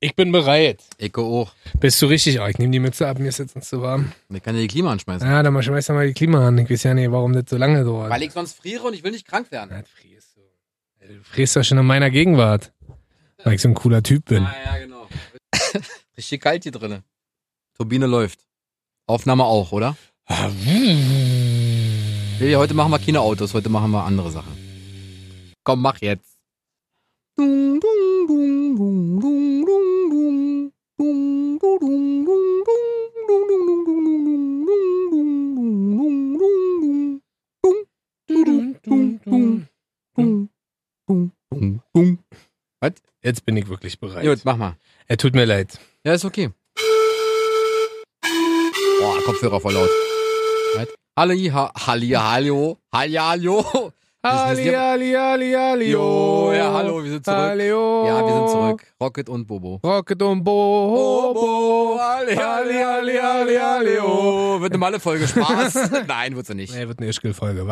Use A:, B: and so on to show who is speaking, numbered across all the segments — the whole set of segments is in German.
A: Ich bin bereit.
B: Ecke auch.
A: Bist du richtig? Oh, ich nehme die Mütze ab, mir ist jetzt zu warm.
B: Ich kann dir die Klima anschmeißen.
A: Ja, dann schmeiß doch mal die Klima an. Ich weiß ja nicht, warum das so lange dauert.
B: Weil ich sonst friere und ich will nicht krank werden.
A: Na, das frierst du. Ey, Du frierst doch schon in meiner Gegenwart. Weil ich so ein cooler Typ bin.
B: Ah, ja, genau. Richtig kalt hier drinnen. Turbine läuft. Aufnahme auch, oder? Nee, heute machen wir keine Autos, heute machen wir andere Sachen. Komm, mach jetzt. Dum, dum, dum, dum, dum, dum, dum. Dum, du, dum, dum, dum, dum, dum, dum, dum, dum, dum, dum, dum, dum, dum, dum, dum, dum, dum, dum, dum.
A: Jetzt bin ich wirklich bereit.
B: Gut, mach mal.
A: Er tut mir leid.
B: Ja, ist okay. Boah, Kopfhörer voll laut. Right? Halli, ha, halli, hallo, halli, hallo. Das ist-
A: halli, halli, halli. oh.
B: Jo, ja, hallo, wir sind zurück.
A: Hallo.
B: Ja, wir sind zurück. Oh, Rocket und Bobo.
A: oh. Rocket und Bobo.
B: halli,
A: halli, halli, halli, halli,
B: oh. Wird eine Malle-Folge Spaß? Nein, wird's ja nicht.
A: Nee, wird eine Ischgl-Folge,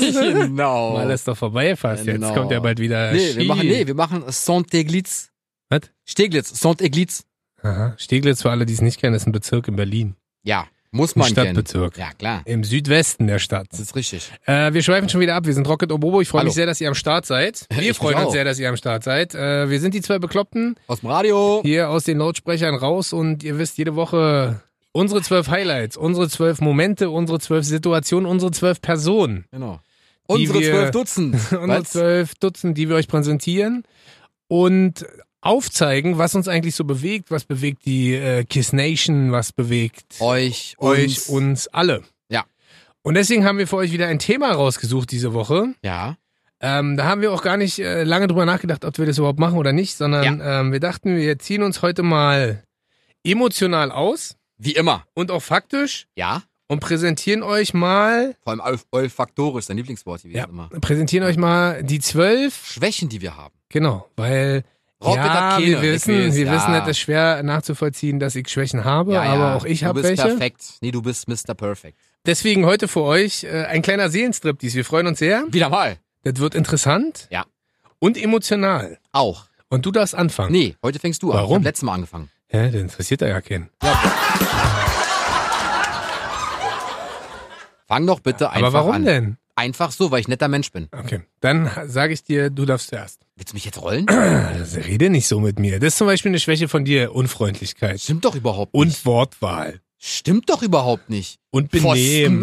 B: ich
A: was?
B: genau.
A: Mal ist doch vorbei fast. Jetzt
B: Genau.
A: kommt ja bald wieder
B: nee, wir
A: Ski.
B: machen, nee, wir machen Saint-Eglitz.
A: Was?
B: Steglitz, Saint-Eglitz.
A: Aha. Steglitz, für alle, die es nicht kennen, ist ein Bezirk in Berlin.
B: Ja, muss
A: Ein
B: man kennen.
A: Stadtbezirk.
B: Ja, klar.
A: Im Südwesten der Stadt.
B: Das ist richtig.
A: Äh, wir schweifen schon wieder ab. Wir sind Rocket Obobo. Ich freue
B: Hallo.
A: mich sehr, dass ihr am Start seid.
B: Ich
A: Wir
B: mich
A: freuen uns
B: auch.
A: sehr, dass ihr am Start seid. Äh, wir sind die zwei Bekloppten
B: Aus dem Radio.
A: hier aus den Lautsprechern raus und ihr wisst jede Woche unsere zwölf Highlights, unsere zwölf Momente, unsere zwölf Situationen, unsere zwölf Personen,
B: Genau. Unsere
A: wir-
B: zwölf Dutzend.
A: unsere
B: Was?
A: zwölf Dutzend, die wir euch präsentieren und aufzeigen, was uns eigentlich so bewegt, was bewegt die äh, Kiss Nation, was bewegt
B: Euch,
A: euch,
B: uns.
A: uns alle.
B: Ja.
A: Und deswegen haben wir für euch wieder ein Thema rausgesucht diese Woche.
B: Ja.
A: Ähm, da haben wir auch gar nicht äh, lange drüber nachgedacht, ob wir das überhaupt machen oder nicht, sondern ähm, wir dachten, wir ziehen uns heute mal emotional aus
B: Wie immer.
A: und auch faktisch
B: Ja.
A: und präsentieren euch mal,
B: Vor allem olf- olfaktorisch, dein Lieblingswort gewesen
A: Ja.
B: immer.
A: präsentieren euch mal die zwölf.
B: Schwächen, die wir haben.
A: Genau, weil
B: Rocket
A: ja,
B: hat keine,
A: wir
B: ich
A: wissen,
B: weiß,
A: wir
B: ja.
A: wissen, das ist schwer nachzuvollziehen, dass ich Schwächen habe, aber auch ich habe
B: Du bist
A: welche.
B: perfekt. Nee, du bist Mr. Perfect.
A: Deswegen heute für euch äh, ein kleiner Seelenstriptease. Wir freuen uns sehr.
B: Wieder mal.
A: Das wird interessant.
B: Ja.
A: Und emotional.
B: Auch.
A: Und du darfst anfangen.
B: Nee, heute fängst du an. Ich
A: Warum?
B: hab letztes Mal angefangen.
A: Ja, das interessiert ja gar keinen.
B: Fang doch bitte einfach
A: Aber warum
B: an.
A: denn?
B: Einfach so, weil ich netter Mensch bin.
A: Okay, dann sage ich dir, du darfst zuerst.
B: Willst du mich jetzt rollen?
A: Also rede nicht so mit mir. Das ist zum Beispiel eine Schwäche von dir, Unfreundlichkeit
B: Stimmt doch überhaupt
A: und
B: nicht.
A: Wortwahl
B: Stimmt doch überhaupt nicht.
A: und Benehmen.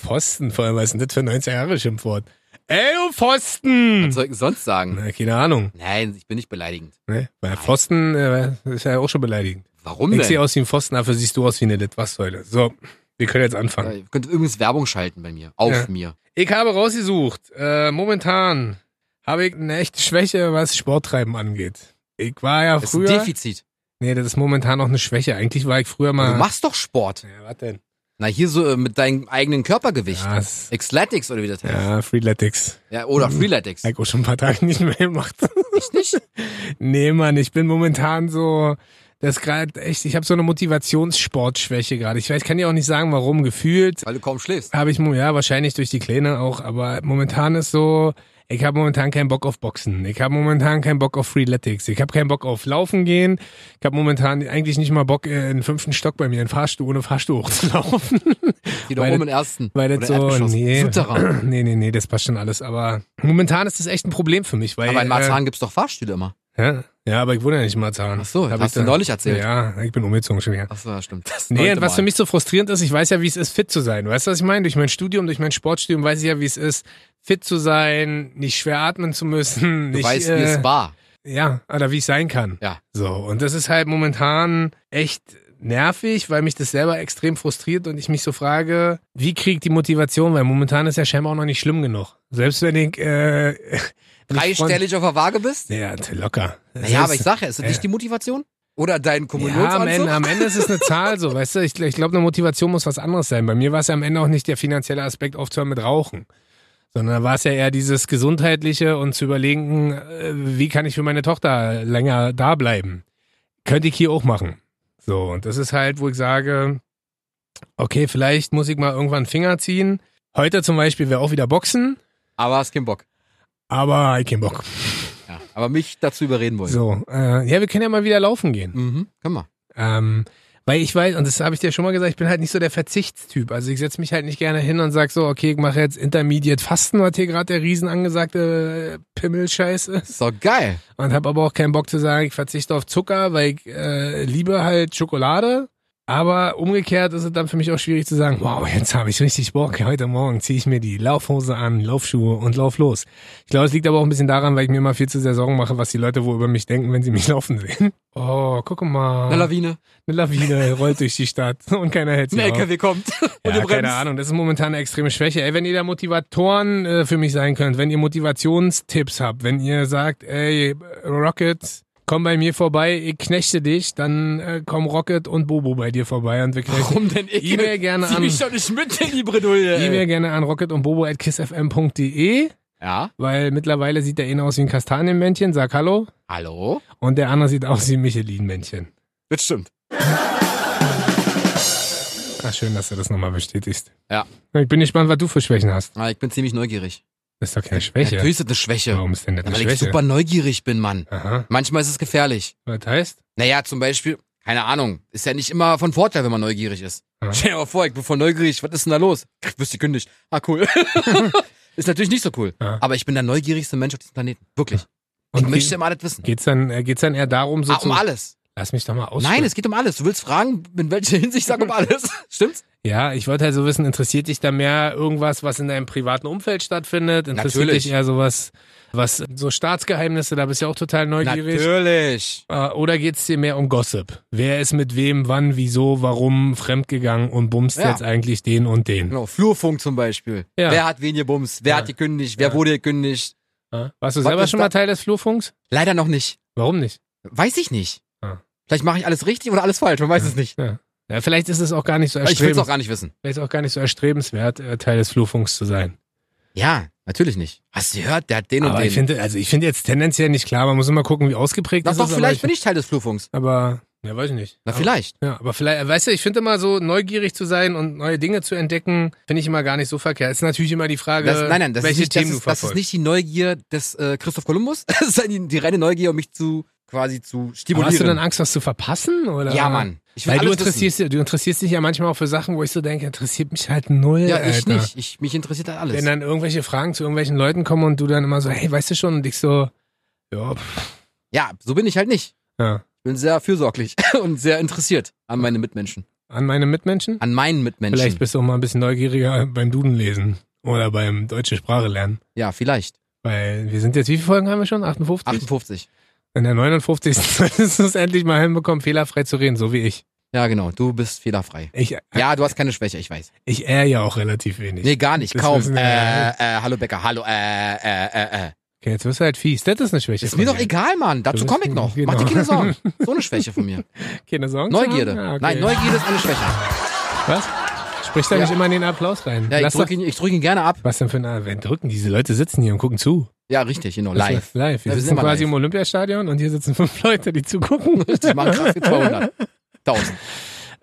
A: Pfosten, vor allem, was ist denn das für ein 90-Jahre-Schimpfwort? Ey, du Pfosten!
B: Was soll ich denn sonst sagen?
A: Na, Ne, keine Ahnung.
B: Nein, ich bin nicht beleidigend.
A: Ne? Weil Pfosten äh, ist ja auch schon beleidigend.
B: Warum
A: Ich sehe
B: denn?
A: aus wie ein Pfosten, dafür siehst du aus wie eine Litwassäule. So, wir können jetzt anfangen.
B: Ihr könnt übrigens Werbung schalten bei mir. Auf
A: Ja.
B: mir.
A: Ich habe rausgesucht, äh, momentan habe ich eine echte Schwäche, was Sporttreiben angeht. Ich war ja
B: Das ist ein
A: früher...
B: Defizit.
A: Nee, das ist momentan auch eine Schwäche. Eigentlich war ich früher mal.
B: Du machst doch Sport.
A: ja, was denn?
B: Na, hier so äh, mit deinem eigenen Körpergewicht.
A: Ja, s-
B: Exletics oder wie das heißt.
A: ja Mhm. Freeletics.
B: Ja, oder Freeletics.
A: Hab ich auch schon ein paar Tage nicht mehr gemacht.
B: Ich nicht.
A: nee, Mann, ich bin momentan so. Das gerade echt, ich habe so eine Motivationssportschwäche gerade. Ich weiß, kann dir auch nicht sagen, warum. Gefühlt
B: Weil du kaum schläfst.
A: habe ich, mo- ja, wahrscheinlich durch die Kleine auch, aber momentan ist so, ich habe momentan keinen Bock auf Boxen. Ich habe momentan keinen Bock auf Freeletics. Ich habe keinen Bock auf Laufen gehen. Ich habe momentan eigentlich nicht mal Bock, äh, in den fünften Stock bei mir in Fahrstuhl, ohne Fahrstuhl hochzulaufen.
B: Geh doch
A: Weil
B: um den ersten.
A: Weil
B: Oder
A: das so,
B: Erdgeschoss.
A: nee,
B: Souterrain.
A: nee, nee, nee, das passt schon alles. Aber momentan ist das echt ein Problem für mich, weil.
B: Aber in Marzahn gibt's doch Fahrstühle immer.
A: Äh, ja, ja, aber ich wohne ja nicht in Marzahn.
B: Ach so,
A: Hab
B: das
A: ich
B: hast du
A: da-
B: neulich erzählt.
A: Ja, ich bin umgezogen schon wieder.
B: Ach so, ja, stimmt. Das
A: Nee,
B: neunte
A: und was
B: Mal.
A: für mich so frustrierend ist, ich weiß ja, wie es ist, fit zu sein. Weißt du, was ich meine? Durch mein Studium, durch mein Sportstudium weiß ich ja, wie es ist, fit zu sein, nicht schwer atmen zu müssen.
B: Du
A: nicht,
B: weißt,
A: äh,
B: wie es war.
A: Ja, oder wie es sein kann.
B: Ja.
A: So, und das ist halt momentan echt nervig, weil mich das selber extrem frustriert und ich mich so frage, wie krieg ich die Motivation, weil momentan ist ja scheinbar auch noch nicht schlimm genug. Selbst wenn ich äh, nicht
B: Dreistellig auf der Waage bist?
A: front- Ja, t- locker.
B: Naja, aber ich
A: sag
B: sage ja, ist das nicht die Motivation? Oder
A: ja, am, Ende,
B: dein Kommunionsanzug?
A: am Ende ist es eine Zahl so, weißt du, ich, ich glaube, eine Motivation muss was anderes sein. Bei mir war es ja am Ende auch nicht der finanzielle Aspekt aufzuhören mit Rauchen, sondern war es ja eher dieses gesundheitliche und zu überlegen, äh, wie kann ich für meine Tochter länger da bleiben. Könnte ich hier auch machen. So, und das ist halt, wo ich sage, okay, vielleicht muss ich mal irgendwann einen Finger ziehen. Heute zum Beispiel wäre auch wieder Boxen,
B: aber hast keinen Bock.
A: aber ich keinen Bock.
B: Ja, Aber mich dazu überreden wollen.
A: So, äh, ja, wir können ja mal wieder laufen gehen.
B: Mhm, kann man.
A: Ähm, weil ich weiß, und das habe ich dir schon mal gesagt, ich bin halt nicht so der Verzichtstyp. Also ich setze mich halt nicht gerne hin und sag so, okay, ich mache jetzt Intermediate Fasten, was hier gerade der riesen angesagte äh, Pimmelscheiß ist.
B: Ist doch geil.
A: Und habe aber auch keinen Bock zu sagen, ich verzichte auf Zucker, weil ich äh, liebe halt Schokolade. Aber umgekehrt ist es dann für mich auch schwierig zu sagen, wow, jetzt habe ich richtig Bock. Heute Morgen ziehe ich mir die Laufhose an, Laufschuhe und lauf los. Ich glaube, es liegt aber auch ein bisschen daran, weil ich mir immer viel zu sehr Sorgen mache, was die Leute wohl über mich denken, wenn sie mich laufen sehen. Oh, guck mal.
B: Eine Lawine.
A: Eine Lawine rollt durch die Stadt und keiner hält sie
B: Ein
A: auf.
B: LKW kommt. Und
A: Ja,
B: du bremst.
A: keine Ahnung, das ist momentan eine extreme Schwäche. Ey, wenn ihr da Motivatoren äh, für mich sein könnt, wenn ihr Motivationstipps habt, wenn ihr sagt, ey, Rocket, komm bei mir vorbei, ich knechte dich, dann äh, kommen Rocket und Bobo bei dir vorbei und wir knechten.
B: Warum denn ich?
A: E-Mail gerne
B: Zieh
A: an.
B: mich doch nicht mit in die Bredouille. ey.
A: E-Mail gerne an rocket und bobo at kissfm.de,
B: Ja,
A: weil mittlerweile sieht der eine aus wie ein Kastanienmännchen, sag Hallo,
B: hallo?
A: und der andere sieht aus wie ein Michelin-Männchen.
B: Das stimmt.
A: Ach, Ah, schön, dass du das nochmal bestätigst.
B: Ja.
A: Ich bin gespannt, was du für Schwächen hast.
B: Ah, ich bin ziemlich neugierig.
A: Das ist doch keine Schwäche.
B: Natürlich ist das eine Schwäche.
A: Warum ist denn das eine
B: weil ich
A: Schwäche?
B: super neugierig bin, Mann.
A: Aha.
B: Manchmal ist es gefährlich.
A: Was heißt?
B: Naja, zum Beispiel, keine Ahnung, ist ja nicht immer von Vorteil, wenn man neugierig ist.
A: Ja.
B: Stell dir mal vor, ich bin voll neugierig, was ist denn da los? Ich wüsste gekündigt. Ah, cool. ist natürlich nicht so cool.
A: Ja.
B: Aber ich bin der neugierigste Mensch auf diesem Planeten. Wirklich. Ich
A: Und
B: möchte
A: ge-
B: immer alles wissen.
A: geht's dann, äh, geht's dann eher darum, so
B: Ah,
A: zu,
B: um alles.
A: lass mich doch mal aus.
B: Nein, es geht um alles. Du willst fragen, in welcher Hinsicht sag um alles. Stimmt's?
A: ja, ich wollte halt so wissen, interessiert dich da mehr irgendwas, was in deinem privaten Umfeld stattfindet? Interessiert
B: Natürlich.
A: dich eher sowas, was so Staatsgeheimnisse, da bist du ja auch total neugierig.
B: Natürlich.
A: Äh, Oder geht's dir mehr um Gossip? Wer ist mit wem, wann, wieso, warum fremdgegangen und bummst
B: Ja.
A: jetzt eigentlich den und den?
B: Genau, Flurfunk zum Beispiel.
A: Ja.
B: Wer hat wen gebumst? Wer
A: Ja.
B: hat gekündigt? Wer wurde gekündigt?
A: Ja. Warst du
B: Was
A: selber
B: ist
A: schon
B: da-
A: mal Teil des Flurfunks?
B: Leider noch nicht.
A: Warum nicht?
B: Weiß ich nicht.
A: Ja.
B: Vielleicht mache ich alles richtig oder alles falsch, man weiß es nicht.
A: Ah. Ja. Ja, vielleicht ist es auch gar nicht so
B: Aber ich will es
A: erstrebenswert,
B: auch gar nicht wissen.
A: vielleicht auch gar nicht so erstrebenswert, äh, Teil des Flurfunks zu sein.
B: Ja, natürlich nicht. Hast du gehört, der hat den und
A: Aber
B: den.
A: ich finde, also ich finde jetzt tendenziell nicht klar. Man muss immer gucken, wie ausgeprägt
B: Na
A: das
B: doch,
A: ist.
B: vielleicht
A: aber
B: bin ich Teil des Flurfunks.
A: Aber ja, weiß ich nicht.
B: Na vielleicht.
A: Ja, aber vielleicht, weißt du, ich finde immer so neugierig zu sein und neue Dinge zu entdecken, finde ich immer gar nicht so verkehrt. Ist natürlich immer die Frage,
B: Das, nein, nein, das, ist
A: Äh, welche
B: nicht,
A: Themen
B: das,
A: du
B: ist, das
A: verfolgst.
B: ist nicht die Neugier des äh, Christoph Kolumbus. Das ist die, die reine Neugier, um mich zu quasi zu
A: aber
B: stimulieren.
A: hast du dann Angst, was zu verpassen? Oder?
B: ja, Mann. Ich will
A: Weil du
B: alles wissen.
A: interessierst, du interessierst dich ja manchmal auch für Sachen, wo ich so denke, interessiert mich halt null.
B: Ja,
A: Alter.
B: ich nicht. Ich, mich interessiert halt alles.
A: Wenn dann irgendwelche Fragen zu irgendwelchen Leuten kommen und du dann immer so, hey, weißt du schon? Und ich so, ja, pff,
B: ja, so bin ich halt nicht.
A: ja.
B: Ich bin sehr fürsorglich und sehr interessiert an meine Mitmenschen.
A: An meine Mitmenschen?
B: An meinen Mitmenschen.
A: Vielleicht bist du auch mal ein bisschen neugieriger beim Duden lesen oder beim deutsche Sprache lernen.
B: Ja, vielleicht.
A: Weil wir sind jetzt, wie viele Folgen haben wir schon? 58?
B: 58.
A: In der 59. solltest du es endlich mal hinbekommen, fehlerfrei zu reden, so wie ich.
B: Ja, genau. Du bist fehlerfrei.
A: Ich,
B: Ja, du hast keine Schwäche, ich weiß.
A: ich äh ja auch relativ wenig.
B: Nee, gar nicht,
A: Das
B: kaum.
A: wissen wir
B: Äh,
A: ja.
B: äh, hallo Becker, hallo, äh, äh, äh, äh.
A: Okay, jetzt wirst du halt fies. Das ist eine Schwäche.
B: Ist
A: von
B: mir doch
A: dir.
B: egal, Mann. Dazu komme ich noch.
A: Genau.
B: Mach dir keine Sorgen. So eine Schwäche von mir.
A: Keine Sorgen. zu
B: Neugierde.
A: haben? Ah, okay.
B: Nein, Neugierde ist eine Schwäche.
A: Was? Sprich da
B: Ja.
A: nicht immer in den Applaus rein.
B: Ja, ich
A: Lass doch,
B: drücke ihn, ich drück ihn gerne ab.
A: was denn für ein ah, Wenn drücken? Diese Leute sitzen hier und gucken zu.
B: Ja, richtig, genau.
A: Das
B: Live.
A: ist live. Wir
B: Ja, wir sind
A: sitzen
B: immer
A: quasi
B: live.
A: im Olympiastadion und hier sitzen fünf Leute, die zugucken.
B: Die machen krass für 200. 1000.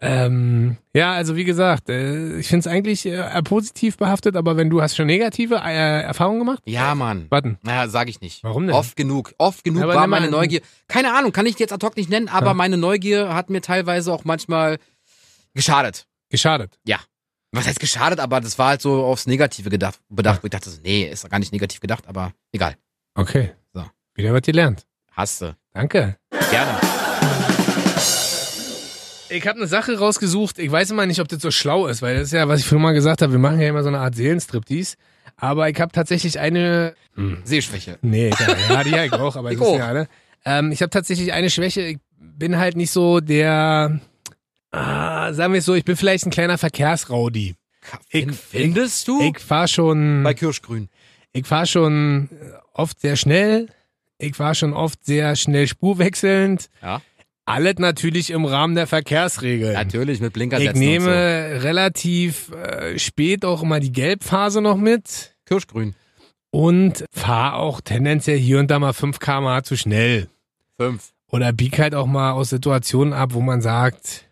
A: Ähm, ja, also wie gesagt, äh, ich finde es eigentlich äh, positiv behaftet, aber wenn du hast schon negative äh, Erfahrungen gemacht?
B: Ja, Mann.
A: Warten.
B: Naja, sag ich nicht.
A: Warum denn?
B: Oft genug, oft genug
A: Aber
B: war
A: nimm mal
B: meine
A: einen-
B: Neugier. Keine Ahnung, kann ich jetzt ad hoc nicht nennen, aber
A: Ja.
B: meine Neugier hat mir teilweise auch manchmal geschadet.
A: Geschadet.
B: Was heißt geschadet, aber das war halt so aufs Negative gedacht, bedacht. wo Ich dachte so, nee, ist doch gar nicht negativ gedacht, aber egal.
A: Okay.
B: So.
A: Wieder was gelernt.
B: Hasse.
A: Danke.
B: Gerne.
A: Ich habe eine Sache rausgesucht. Ich weiß immer nicht, ob das so schlau ist, weil das ist ja, was ich früher mal gesagt habe. Wir machen ja immer so eine Art Seelenstriptease. Aber ich habe tatsächlich eine. Hm.
B: Sehschwäche.
A: Nee, egal. ja, die habe ich auch, aber
B: Ich
A: ich wissen
B: auch.
A: ja alle. Ähm, ich habe tatsächlich eine Schwäche. Ich bin halt nicht so der. Ah, sagen wir es so, ich bin vielleicht ein kleiner Verkehrsraudi. Ich-
B: findest du?
A: Ich fahre schon.
B: bei Kirschgrün.
A: Ich fahre schon äh, oft sehr schnell. Ich war schon oft sehr schnell spurwechselnd.
B: Ja.
A: Alles natürlich im Rahmen der Verkehrsregeln.
B: Natürlich, mit Blinker
A: Ich nehme relativ äh, spät auch immer die Gelbphase noch mit
B: so. Kirschgrün.
A: und fahre auch tendenziell hier und da mal 5 km/h zu schnell.
B: Fünf.
A: Oder bieg halt auch mal aus Situationen ab, wo man sagt,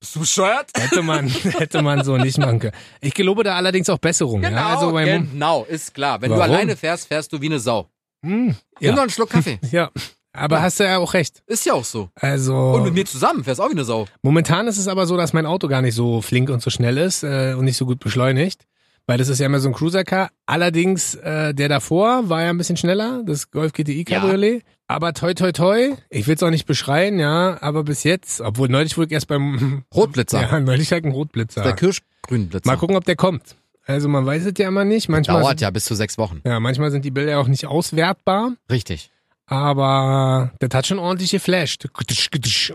B: Bist du bescheuert?
A: hätte man, hätte man so nicht machen können. Ich gelobe da allerdings auch Besserung.
B: Genau,
A: ja? also bei,
B: genau, ist klar. Wenn
A: Warum?
B: du alleine fährst, fährst du wie eine Sau.
A: Hm,
B: Nimm noch
A: ja.
B: einen Schluck Kaffee.
A: ja. Aber hast du ja auch recht.
B: Ist ja auch so. Und
A: Also,
B: mit mir zusammen wär's auch wie eine Sau.
A: momentan ist es aber so, dass mein Auto gar nicht so flink und so schnell ist äh, und nicht so gut beschleunigt. Weil das ist ja immer so ein Cruiser-Car. Allerdings, äh, der davor war ja ein bisschen schneller, das Golf GTI Cabriolet. Aber toi, toi, toi, ich will es auch nicht beschreien, ja, aber bis jetzt, obwohl neulich wurde ich erst beim,
B: Rotblitzer.
A: ja, neulich halt ein Rotblitzer.
B: Der Kirschgrünblitzer.
A: Mal gucken, ob der kommt. Also man weiß es ja immer nicht. Manchmal,
B: Dauert ja bis zu sechs Wochen.
A: ja, manchmal sind die Bilder auch nicht auswertbar,
B: Richtig.
A: aber das hat schon ordentlich geflasht.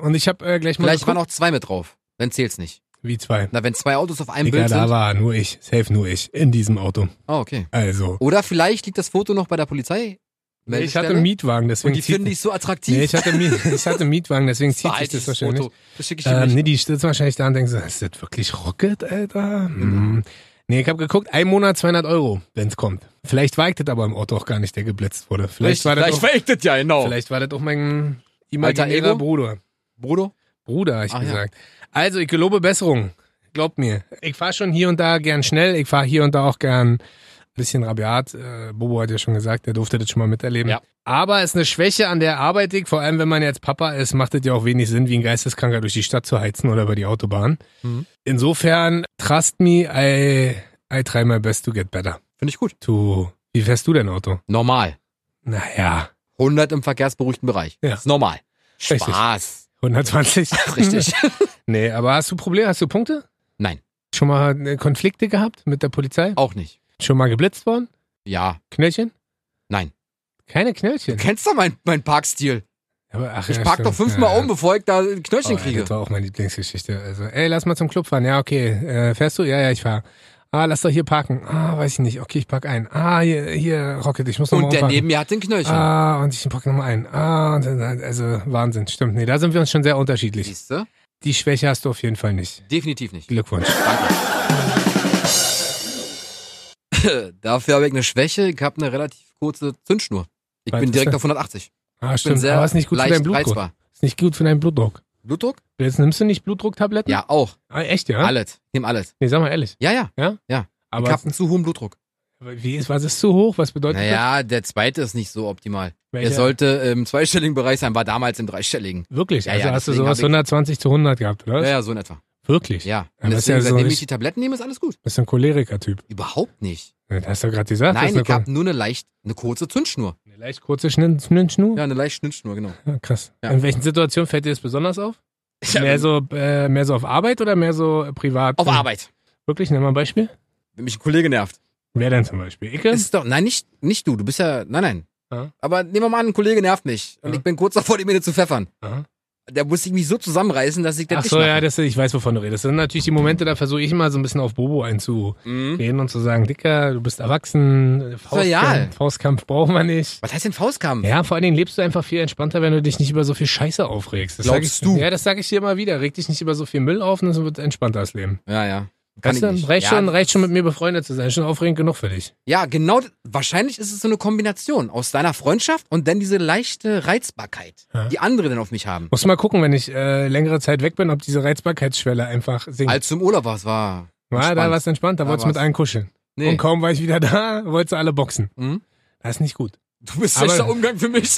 A: Und ich habe äh, gleich mal
B: Vielleicht waren
A: geguckt,
B: auch zwei mit drauf. Dann zählt's nicht.
A: wie zwei.
B: Na, wenn zwei Autos auf einem
A: Egal,
B: Bild
A: da
B: sind.
A: war nur ich, safe nur ich in diesem Auto.
B: Oh, okay.
A: Also
B: Oder vielleicht liegt das Foto noch bei der Polizei.
A: ich hatte einen Mietwagen, deswegen
B: Und die
A: zieht-
B: finden dich so attraktiv.
A: Nee, ich hatte Miet, ich hatte einen Mietwagen, deswegen zieht sich
B: Veraltetes
A: das wahrscheinlich.
B: Foto. Das schicke ich dir
A: Ähm,
B: nicht.
A: nee, die sitzen wahrscheinlich da und denken so, ist das wirklich Rocket,
B: Genau.
A: Alter? Mhm. Nee, ich habe geguckt, ein Monat 200 Euro, wenn's kommt. Vielleicht war ich das aber im Auto auch gar nicht, der geblitzt wurde. Vielleicht war das auch,
B: verhechtet ja, genau.
A: Vielleicht war das auch mein
B: Alter
A: imaginärer
B: Ego?
A: Bruder.
B: Bruder?
A: Bruder, hab ich
B: Ach ja.
A: gesagt. Also, ich gelobe Besserung. Glaubt mir. Ich fahre schon hier und da gern schnell. Ich fahre hier und da auch gern ein bisschen rabiat. Äh, Bobo hat ja schon gesagt, der durfte das schon mal miterleben.
B: Ja.
A: Aber ist eine Schwäche, an der arbeite ich. Vor allem, wenn man jetzt Papa ist, macht es ja auch wenig Sinn, wie ein Geisteskranker durch die Stadt zu heizen oder über die Autobahn.
B: Mhm.
A: Insofern, trust me, I, I try my best to get better.
B: Finde ich gut.
A: To, wie fährst du dein Auto?
B: Normal.
A: Naja,
B: 100 im verkehrsberuhigten Bereich.
A: Ja.
B: Ist normal.
A: Richtig.
B: Spaß.
A: 120.
B: Richtig.
A: Nee, aber hast du Probleme? Hast du Punkte?
B: Nein.
A: Schon mal äh, Konflikte gehabt mit der Polizei?
B: Auch nicht.
A: Schon mal geblitzt worden?
B: Ja.
A: Knöllchen?
B: Nein.
A: Keine
B: Du
A: Knöllchen.
B: kennst doch meinen mein Parkstil.
A: Aber, ach,
B: Ich
A: ja,
B: park
A: stimmt.
B: doch fünfmal
A: Ja,
B: um, bevor ich da ein
A: ja.
B: Knöllchen
A: Oh, ey,
B: kriege.
A: Das war auch meine Lieblingsgeschichte. Also, ey, lass mal zum Club fahren. Ja, okay. Äh, fährst du? Ja, ja, ich fahr. Ah, lass doch hier parken. Ah, weiß ich nicht. Okay, ich park ein. Ah, hier, hier Rocket, ich muss nochmal
B: Und der
A: umparken.
B: neben mir hat den Knöllchen.
A: Ah, und ich packe nochmal ein. Ah, und dann, also Wahnsinn. Stimmt. Nee, da sind wir uns schon sehr unterschiedlich.
B: Siehst du?
A: Die Schwäche hast du auf jeden Fall nicht.
B: Definitiv nicht.
A: Glückwunsch.
B: Dafür habe ich eine Schwäche. Ich habe eine relativ kurze Zündschnur. Ich
A: Was
B: bin
A: ist
B: direkt
A: das?
B: auf 180.
A: Ah,
B: Ich bin
A: stimmt.
B: sehr
A: Aber ist nicht gut für
B: leicht
A: deinen Blutdruck.
B: reizbar.
A: Ist nicht gut für deinen Blutdruck.
B: Blutdruck?
A: Jetzt nimmst du nicht Blutdrucktabletten?
B: Ja, auch.
A: Ah, echt, ja?
B: Alles. Nimm alles.
A: Nee, sag mal ehrlich.
B: Ja, ja. Ich
A: Aber
B: habe einen zu hohen Blutdruck.
A: wie ist, was ist zu hoch? Was bedeutet
B: Naja, der zweite ist nicht so optimal.
A: das?
B: Er
A: Welcher-
B: sollte im zweistelligen Bereich sein, war damals im dreistelligen.
A: Wirklich?
B: Ja,
A: also
B: ja,
A: hast du
B: deswegen
A: sowas
B: hab ich-
A: 120 zu 100 gehabt, oder?
B: Ja, ja, so in etwa.
A: Wirklich?
B: Ja.
A: Ja,
B: Und
A: das ist ja
B: deswegen,
A: so
B: seitdem ich
A: richtig-
B: die Tabletten nehme, ist alles gut.
A: Bist du ein Choleriker-Typ?
B: Überhaupt nicht.
A: Das hast du gerade gesagt. das
B: Nein,
A: ist
B: ich habe nur eine leicht, eine kurze Zündschnur.
A: eine leicht kurze Schnin- Schnittschnur.
B: Ja, eine leicht Schnittschnur, genau.
A: Ja, krass.
B: Ja.
A: In welchen Situationen fällt dir das besonders auf?
B: Ja,
A: mehr, so, äh, mehr so auf Arbeit oder mehr so äh, privat?
B: Auf Arbeit.
A: Wirklich? Nimm mal ein Beispiel.
B: Wenn mich ein Kollege nervt.
A: Wer denn zum Beispiel? Icke?
B: Ist doch, nein, nicht, nicht du, du bist ja, nein, nein.
A: Ja.
B: Aber nehmen wir mal an, ein Kollege nervt mich. Und
A: Ja.
B: ich bin kurz davor, die Mädel zu pfeffern.
A: Aha.
B: Da muss ich mich so zusammenreißen, dass ich das
A: Ach
B: nicht
A: so,
B: mache.
A: ja, das, ich weiß, wovon du redest. Das sind natürlich die Momente, da versuche ich immer so ein bisschen auf Bobo einzu.
B: mhm.
A: reden und zu sagen, Dicker, du bist erwachsen,
B: real.
A: Faustkampf, Faustkampf brauchen wir nicht.
B: Was heißt denn Faustkampf?
A: Ja, vor allen Dingen lebst du einfach viel entspannter, wenn du dich nicht über so viel Scheiße aufregst. Das
B: Glaubst
A: sag ich,
B: du?
A: Ja, das sage ich dir immer wieder. Reg dich nicht über so viel Müll auf und es wird entspannter das Leben.
B: ja. ja.
A: Weißt du, reicht,
B: Ja,
A: schon, reicht schon mit mir befreundet zu sein. Schon aufregend genug für dich.
B: Ja, genau. Wahrscheinlich ist es so eine Kombination aus deiner Freundschaft und dann diese leichte Reizbarkeit,
A: Ja.
B: die andere dann auf mich haben.
A: Muss mal gucken, wenn ich äh, längere Zeit weg bin, ob diese Reizbarkeitsschwelle einfach sinkt.
B: Als du im Urlaub warst,
A: war,
B: war.
A: da
B: Halt entspannt.
A: war es entspannt, da
B: Da
A: wolltest du mit
B: war's-
A: allen kuscheln.
B: Nee.
A: Und kaum war ich wieder da, wolltest du alle boxen.
B: Mhm.
A: Das ist nicht gut.
B: Du bist
A: Aber-
B: echter Umgang für mich.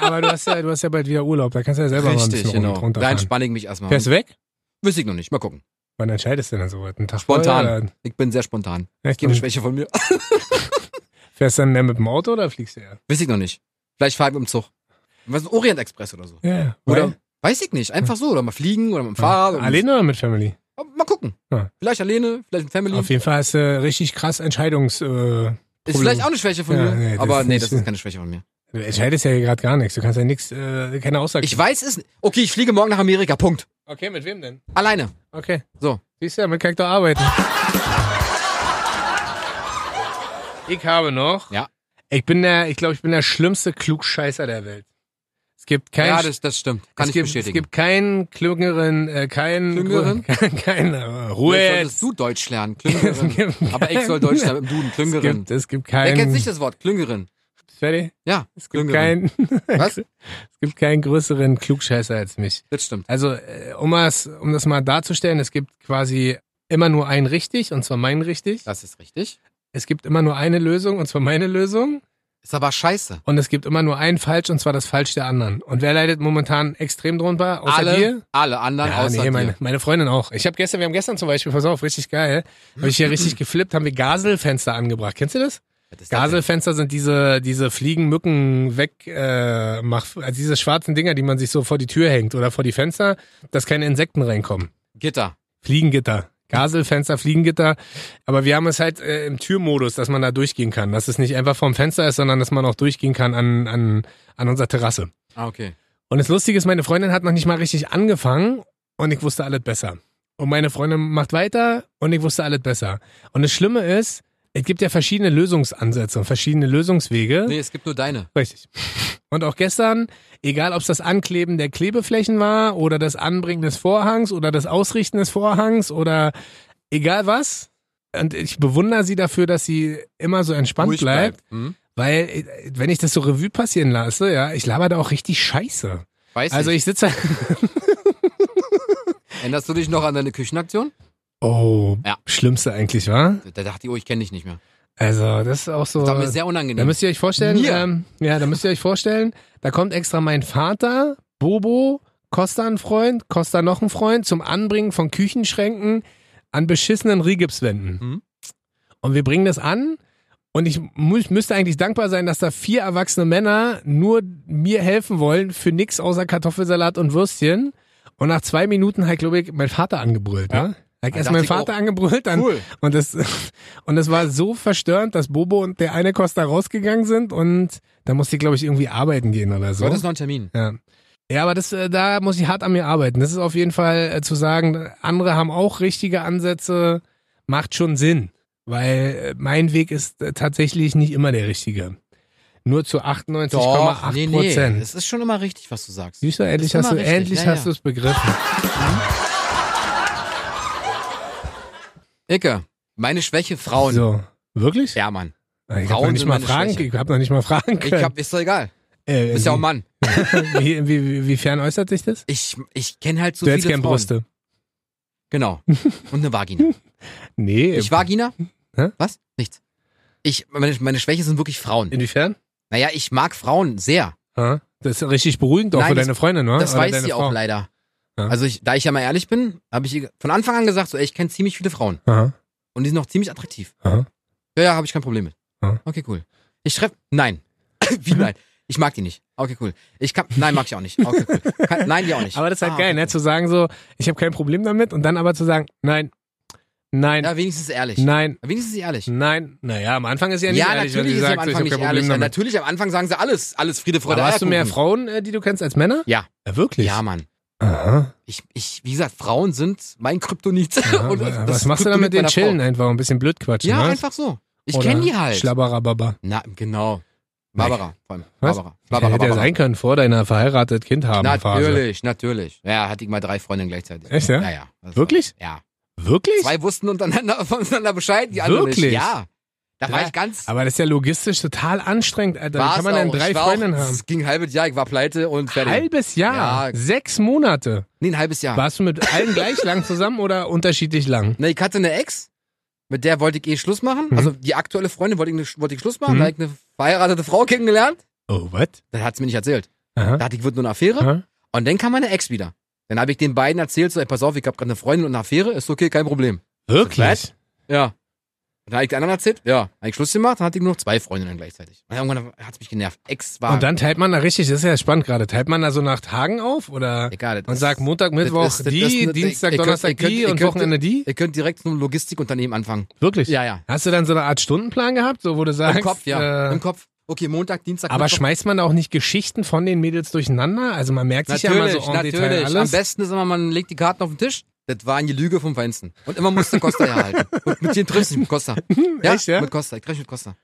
A: Aber du hast, ja, du hast ja bald wieder Urlaub, da kannst du ja selber mal ein
B: Richtig,
A: bisschen
B: genau.
A: runter-
B: Da
A: runterfahren.
B: entspanne ich mich erstmal.
A: Fährst du weg?
B: Wüsste ich noch nicht. Mal gucken.
A: Wann entscheidest du denn so was? Einen Tag
B: Spontan.
A: vorher oder-
B: Ich bin sehr spontan.
A: Echt?
B: Keine
A: Und
B: Schwäche von mir.
A: Fährst du dann mehr mit dem Auto oder fliegst du eher?
B: Wüsste ich noch nicht. Vielleicht fahre ich mit dem Zug. Was ist ein Orient Express oder so?
A: Ja.
B: Oder? Weiß ich nicht. Einfach so. Oder mal fliegen oder mit dem
A: Ah,
B: Fahrrad. oder mit-
A: Alleine oder mit Family?
B: Mal gucken.
A: Ja.
B: Vielleicht alleine, vielleicht mit Family.
A: Auf jeden Fall hast du richtig krass Entscheidungs... Äh,
B: Ist vielleicht auch eine Schwäche von
A: Ja,
B: mir.
A: nee, das
B: aber
A: ist
B: nee,
A: nicht
B: das ist
A: so.
B: keine Schwäche von mir.
A: du entscheidest ja hier gerade gar nichts. Du kannst ja nichts, äh, keine Aussage...
B: Ich weiß es nicht. Okay, ich fliege morgen nach Amerika. Punkt.
A: okay, mit wem denn?
B: Alleine.
A: Okay.
B: So.
A: Siehst du, damit kann ich doch arbeiten. Ich habe noch...
B: Ja.
A: Ich bin der, ich glaube, ich bin der schlimmste Klugscheißer der Welt. Es gibt keinen...
B: ja, das, das stimmt. Kann
A: es
B: ich
A: gibt,
B: bestätigen.
A: Es gibt keinen klüngeren, äh, keinen...
B: Klüngeren?
A: Keinen... Äh, Ruhe
B: Vielleicht
A: jetzt.
B: solltest du Deutsch lernen.
A: Es
B: Klüngerin.
A: gibt
B: aber ich soll
A: kein-
B: Deutsch lernen im Duden.
A: Es
B: Klüngerin.
A: gibt, es gibt
B: Wer kennt nicht
A: keinen.
B: das Wort? Klüngerin.
A: Fertig?
B: Ja,
A: Es gibt
B: Klüngerin.
A: keinen.
B: Was?
A: Es gibt keinen größeren Klugscheißer als mich.
B: Das stimmt.
A: Also, äh, um, das, um das mal darzustellen, es gibt quasi immer nur ein richtig, und zwar mein richtig.
B: Das ist richtig.
A: Es gibt immer nur eine Lösung, und zwar meine Lösung.
B: Ist aber scheiße.
A: Und es gibt immer nur ein Falsch, und zwar das Falsch der anderen. Und wer leidet momentan extrem drunter? Außer
B: alle,
A: dir?
B: alle anderen
A: Ja,
B: außer
A: nee, meine,
B: dir.
A: meine Freundin auch. Ich habe gestern, wir haben gestern zum Beispiel, pass auf, richtig geil, habe ich hier richtig geflippt, haben wir Gaselfenster angebracht. Kennst du das?
B: Was ist das denn?
A: Gaselfenster sind diese, diese Fliegen, Mücken weg, äh, mach, also diese schwarzen Dinger, die man sich so vor die Tür hängt oder vor die Fenster, dass keine Insekten reinkommen.
B: Gitter.
A: Fliegengitter. Gaselfenster, Fliegengitter. Aber wir haben es halt äh, im Türmodus, dass man da durchgehen kann. Dass es nicht einfach vorm Fenster ist, sondern dass man auch durchgehen kann an, an, an unserer Terrasse.
B: Ah, okay.
A: Und das Lustige ist, meine Freundin hat noch nicht mal richtig angefangen und ich wusste alles besser. Und meine Freundin macht weiter und ich wusste alles besser. Und das Schlimme ist, es gibt ja verschiedene Lösungsansätze und verschiedene Lösungswege.
B: Nee, es gibt nur deine.
A: Richtig. Und auch gestern, egal ob es das Ankleben der Klebeflächen war oder das Anbringen des Vorhangs oder das Ausrichten des Vorhangs oder egal was. Und ich bewundere sie dafür, dass sie immer so entspannt
B: Ruhig
A: bleibt,
B: Hm?
A: weil äh, wenn ich das so Revue passieren lasse, ja, ich laber da auch richtig scheiße.
B: Weiß
A: Also
B: ich.
A: ich sitze.
B: Erinnerst du dich noch an deine Küchenaktion?
A: Oh,
B: Ja.
A: schlimmste eigentlich, war.
B: Da dachte ich, oh, ich kenne dich nicht mehr.
A: Also, das ist auch so.
B: Das war mir sehr
A: Da
B: unangenehm.
A: müsst ihr euch vorstellen,
B: Mir?
A: ähm, ja, da müsst ihr euch vorstellen, da kommt extra mein Vater, Bobo, Costa ein Freund, Costa noch ein Freund zum Anbringen von Küchenschränken an beschissenen Rigipswänden.
B: Mhm.
A: Und wir bringen das an und ich mu- müsste eigentlich dankbar sein, dass da vier erwachsene Männer nur mir helfen wollen für nix außer Kartoffelsalat und Würstchen. Und nach zwei Minuten hat, glaube ich, mein Vater angebrüllt. Ja. Ne? Hat erst
B: Ah, dachte
A: mein
B: ich auch,
A: Vater angebrüllt, dann
B: Cool.
A: und das, und das war so verstörend, dass Bobo und der eine Costa rausgegangen sind und da musste ich, glaube ich, irgendwie arbeiten gehen oder
B: Du
A: so.
B: hattest noch einen Termin.
A: Ja. Ja, aber das, äh, da muss ich hart an mir arbeiten. Das ist auf jeden Fall äh, zu sagen, andere haben auch richtige Ansätze, macht schon Sinn. Weil äh, mein Weg ist äh, tatsächlich nicht immer der richtige. Nur zu 98,8
B: nee, nee.
A: Prozent.
B: Es ist schon immer richtig, was du sagst.
A: Süßer, endlich
B: Ist immer
A: hast du,
B: richtig,
A: endlich
B: ja,
A: hast
B: ja.
A: du es begriffen.
B: Icke, meine Schwäche Frauen.
A: So. Wirklich? Ah,
B: Ja, Mann.
A: Ich habe
B: Frauen
A: noch nicht
B: sind
A: mal
B: meine
A: fragen,
B: Schwäche.
A: ich habe noch nicht mal fragen
B: Ich
A: können.
B: hab, ist doch egal.
A: äh,
B: Du bist ja auch ein
A: wie-
B: Mann.
A: Wie, wie, wie, wie fern äußert sich das?
B: Ich, ich kenne halt so
A: du
B: viele
A: hättest gern
B: Frauen.
A: Brüste.
B: Genau. Und eine Vagina.
A: Nee.
B: Ich Vagina?
A: Hä?
B: Was? Nichts. Ich, meine, meine Schwäche sind wirklich Frauen.
A: Inwiefern?
B: Naja, ich mag Frauen sehr.
A: Ha? Das ist richtig beruhigend auch
B: Nein,
A: für
B: das-
A: deine Freundin, oder?
B: Das
A: oder
B: weiß
A: deine
B: sie
A: Frau.
B: auch leider.
A: Ja.
B: Also ich, da ich ja mal ehrlich bin, habe ich ihr von Anfang an gesagt, so, ey, ich kenne ziemlich viele Frauen.
A: Aha.
B: Und die sind auch ziemlich attraktiv.
A: Aha.
B: Ja, ja, habe ich kein Problem mit.
A: Ja.
B: Okay, cool. Ich schreibe, nein. Wie nein? Ich mag die nicht. Okay, cool. Ich kann, nein, mag ich auch nicht. Okay, cool. Kann, nein, die auch nicht.
A: Aber das ist halt
B: Ah,
A: geil,
B: okay,
A: ne? Zu sagen so, ich habe kein Problem damit und dann aber zu sagen, nein,
B: cool.
A: nein,
B: Ja, wenigstens ehrlich.
A: ne? nein,
B: Wenigstens ist sie ehrlich.
A: nein. Naja, am Anfang ist sie ja nicht
B: Ja,
A: ehrlich, wenn
B: natürlich
A: sie
B: ist sie am
A: sagt, so, ich
B: Anfang
A: habe
B: nicht
A: kein
B: ehrlich.
A: Problem
B: Ja,
A: damit.
B: natürlich, am Anfang sagen sie alles, alles Friede, Freude,
A: Aber hast du mehr
B: Eierkuchen.
A: Frauen, äh, die du kennst, als Männer?
B: Ja.
A: ja wirklich?
B: Ja, Mann.
A: Aha.
B: Ich, ich, wie gesagt, Frauen sind mein Kryptonit.
A: Aha.
B: Und das
A: was
B: ist
A: machst du dann mit
B: Kryptonit
A: den
B: meiner Frau.
A: Chillen einfach? Ein bisschen blöd quatschen,
B: Ja,
A: ne?
B: einfach so. Ich
A: Oder
B: kenne die halt.
A: Schlabberababa.
B: Na, genau. Barbara, vor allem.
A: Was?
B: Barbara.
A: Ja,
B: Barbara,
A: hätte ja
B: Barbara.
A: sein können, vor deiner verheiratet Kind haben Phase.
B: Natürlich, natürlich. Ja, hatte ich mal drei Freundinnen gleichzeitig.
A: Echt, ja?
B: Ja, ja. Das
A: Wirklich?
B: War, ja.
A: Wirklich?
B: Zwei wussten untereinander, voneinander Bescheid, die anderen nicht.
A: Wirklich?
B: Ja. Da war
A: Ja,
B: ich ganz.
A: Aber das ist ja logistisch total anstrengend, Alter. Wie
B: war's
A: kann man denn
B: auch.
A: drei
B: Ich war auch-
A: Freundinnen haben?
B: Es ging ein halbes Jahr, ich war pleite und fertig.
A: Halbes Jahr,
B: Ja.
A: sechs Monate.
B: nee, ein halbes Jahr.
A: Warst du mit allen gleich lang zusammen oder unterschiedlich lang?
B: Ne, ich hatte eine Ex, mit der wollte ich eh Schluss machen. Also die aktuelle Freundin wollte ich, ne- wollte ich Schluss machen.
A: Mhm.
B: Da hab ich eine verheiratete Frau kennengelernt.
A: Oh, was?
B: Dann hat sie mir nicht erzählt.
A: Aha.
B: Da hatte ich, wird nur eine Affäre.
A: Aha.
B: Und dann kam meine Ex wieder. Dann habe ich den beiden erzählt, so, ey, pass auf, ich habe gerade eine Freundin und eine Affäre, ist okay, kein Problem.
A: Wirklich?
B: Ja. Und dann habe ich den anderen erzählt, ja. Dann habe ich Schluss gemacht, dann hatte ich nur noch zwei Freundinnen gleichzeitig. Und irgendwann hat es mich genervt. Ex war.
A: Und dann teilt man da richtig, das ist ja spannend gerade, teilt man da so nach Tagen auf oder
B: egal. das
A: und
B: ist-
A: sagt Montag,
B: das
A: Mittwoch
B: ist- das
A: die,
B: ist eine-
A: Dienstag,
B: ihr könnt-
A: Donnerstag
B: ihr könnt-
A: die
B: ihr
A: und
B: könnt-
A: Wochenende die?
B: Ihr könnt direkt mit einem Logistikunternehmen anfangen.
A: Wirklich?
B: Ja, ja.
A: Hast du dann so eine Art Stundenplan gehabt, so wo du sagst?
B: Im Kopf, ja.
A: äh,
B: Im Kopf. Okay, Montag, Dienstag,
A: aber
B: Mittwoch.
A: schmeißt man da auch nicht Geschichten von den Mädels durcheinander? Also man merkt sich
B: Natürlich,
A: ja mal so en Detail
B: natürlich.
A: alles.
B: Am besten ist immer, man legt die Karten auf den Tisch. Das war eine Lüge vom Feinsten. Und immer musste Costa herhalten. Und mit dir triffst du dich mit Costa. Ja,
A: Echt, ja?
B: mit Costa. Ich treffe mich mit Costa.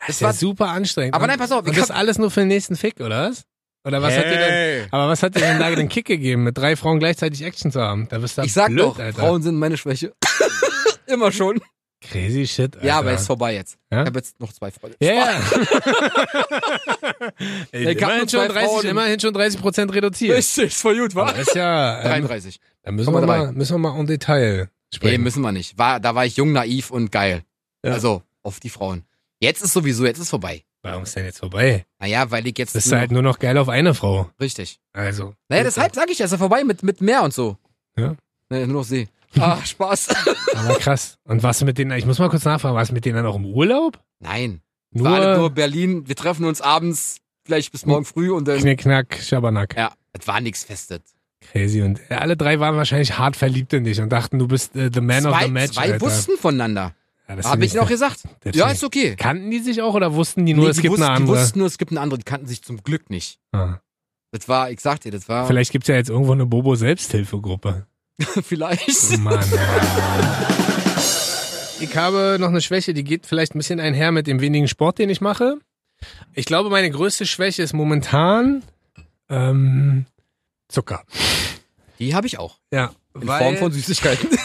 A: Das
B: Das
A: war
B: war-
A: ja super anstrengend.
B: Aber nein, pass auf.
A: Und das alles nur für den nächsten Fick, oder was? Oder was hat dir denn, aber was hat dir denn da den Kick gegeben, mit drei Frauen gleichzeitig Action zu haben? Da bist du
B: Ich sag
A: blöd,
B: doch,
A: Alter.
B: Frauen sind meine Schwäche. immer schon.
A: Crazy shit, Alter.
B: Ja, aber ist vorbei jetzt.
A: Ja?
B: Ich habe jetzt noch zwei Freunde.
A: Ja, ja. Ey,
B: Ich hab
A: immerhin,
B: nur
A: schon
B: zwei
A: 30,
B: Frauen.
A: immerhin schon 30 Prozent reduziert.
B: Richtig, voll gut,
A: Das ist ja, ähm,
B: 33.
A: da müssen wir,
B: Komm mal
A: mal, müssen wir mal en Detail
B: Nee,
A: sprechen.
B: müssen wir nicht. War, da war ich jung, naiv und geil.
A: Ja.
B: Also, auf die Frauen. Jetzt ist sowieso, jetzt ist vorbei.
A: Warum ist denn jetzt vorbei?
B: Naja, weil ich jetzt.
A: Bist
B: nur
A: du halt nur noch geil auf eine Frau.
B: noch- richtig.
A: Also.
B: Naja, deshalb sage ich ja, ist ja vorbei mit, mit Meer und so.
A: Ja.
B: Naja, nur noch See. Ach, Spaß.
A: Aber krass. Und was mit denen, ich muss mal kurz nachfragen, was mit denen dann auch im Urlaub?
B: Nein.
A: Nur,
B: War alles nur Berlin. Wir treffen uns abends, vielleicht bis morgen früh und dann.
A: Knickknack, Schabernack.
B: Ja, es war nichts festet.
A: Crazy. Und äh, alle drei waren wahrscheinlich hart verliebt in dich und dachten, du bist äh, the man of
B: zwei
A: the match.
B: zwei
A: Alter.
B: wussten voneinander.
A: Ja, das
B: Hab
A: find
B: ich noch
A: doch-
B: gesagt.
A: das
B: Ja,
A: find
B: ist okay.
A: ich- Kannten die sich auch oder wussten die nur,
B: Nee,
A: es
B: die,
A: gibt
B: wussten,
A: eine
B: die
A: andere?
B: wussten nur, es gibt eine andere. Die kannten sich zum Glück nicht.
A: Ah.
B: Das war, ich sagte, das war
A: Vielleicht gibt's ja jetzt irgendwo eine Bobo-Selbsthilfegruppe. Oh
B: vielleicht.
A: Mann. ich habe noch eine Schwäche, die geht vielleicht ein bisschen einher mit dem wenigen Sport, den ich mache. Ich glaube, meine größte Schwäche ist momentan ähm, Zucker.
B: Die habe ich auch.
A: Ja.
B: In Form von Süßigkeiten.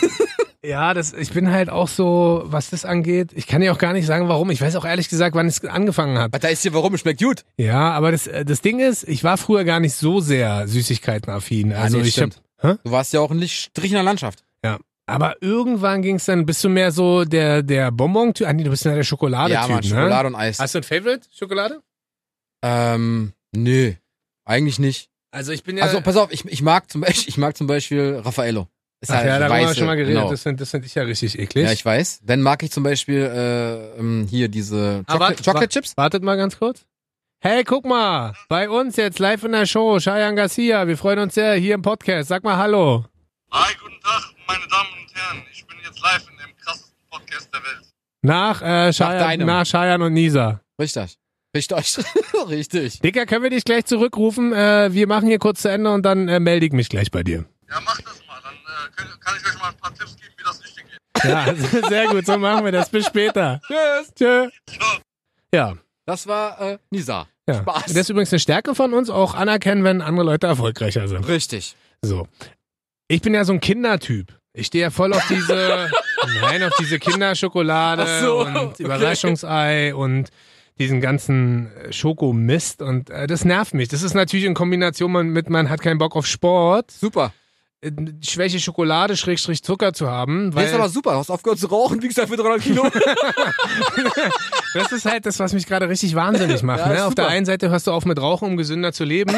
A: Ja, das, ich bin halt auch so, was das angeht. Ich kann dir auch gar nicht sagen, warum. Ich weiß auch ehrlich gesagt, wann es angefangen hat.
B: Was heißt hier, warum? Es Schmeckt gut.
A: Ja, aber das, äh, das Ding ist, ich war früher gar nicht so sehr Süßigkeitenaffin. Also
B: nee,
A: ich hab,
B: stimmt.
A: Hä?
B: Du warst ja auch in Strichener Landschaft.
A: aber irgendwann ging's dann, bist du mehr so der, der Bonbon-Typ. Ah, nee, du bist mehr der Schokoladetyp,
B: ja, Mann,
A: ne?
B: Schokolade und Eis.
A: Hast du ein Favorite Schokolade?
B: Ähm, nö. Eigentlich nicht.
A: Also ich bin ja.
B: Also, pass auf, ich, ich mag zum Beispiel, ich mag zum Beispiel Raffaello. Ist
A: Ach, ja,
B: eine
A: darüber haben wir
B: weiße,
A: schon mal geredet.
B: genau.
A: Das finde das find ich ja richtig eklig.
B: Ja, ich weiß. Dann mag ich zum Beispiel äh, ähm, hier diese
A: Ah,
B: Chocolate,
A: warte,
B: Chocolate Chips.
A: Wartet mal ganz kurz. Hey, guck mal, bei uns jetzt live in der Show, Cheyenne Garcia. Wir freuen uns sehr hier im Podcast. Sag mal Hallo.
C: Hi, guten Tag, meine Damen und Herren. Ich bin jetzt live in dem krassesten Podcast der Welt.
A: Nach, äh, Cheyenne,
B: deinem.
A: nach Cheyenne und Nisa.
B: Richtig. Richtig. Richtig.
A: Dicker, können wir dich gleich zurückrufen? Äh, wir machen hier kurz zu Ende und dann äh, melde ich mich gleich bei dir.
C: Ja, macht das mal. Dann äh, könnt- kann ich euch mal ein paar Tipps geben, wie das richtig geht.
A: Ja, also, sehr gut, so machen wir das. Bis später.
B: Tschüss.
A: Tschö. Ja,
B: Das war äh, Nisa.
A: ja.
B: Spaß.
A: Das ist übrigens eine Stärke von uns, auch anerkennen, wenn andere Leute erfolgreicher sind.
B: Richtig.
A: So. Ich bin ja so ein Kindertyp. Ich stehe ja voll auf diese, nein, auf diese Kinderschokolade
B: Ach so,
A: und
B: okay.
A: Überraschungsei und diesen ganzen äh, Schokomist und äh, das nervt mich. Das ist natürlich in Kombination man- mit man hat keinen Bock auf Sport,
B: Super.
A: äh, Schwäche Schokolade Schrägstrich Zucker zu haben,
B: Nee,
A: weil
B: ist aber super. Du hast aufgehört zu rauchen, wie gesagt, für 300 Kilo.
A: das ist halt das, was mich gerade richtig wahnsinnig macht.
B: Ja,
A: ne?
B: ist
A: Auf der
B: super.
A: einen Seite hörst du auf mit Rauchen, um gesünder zu leben.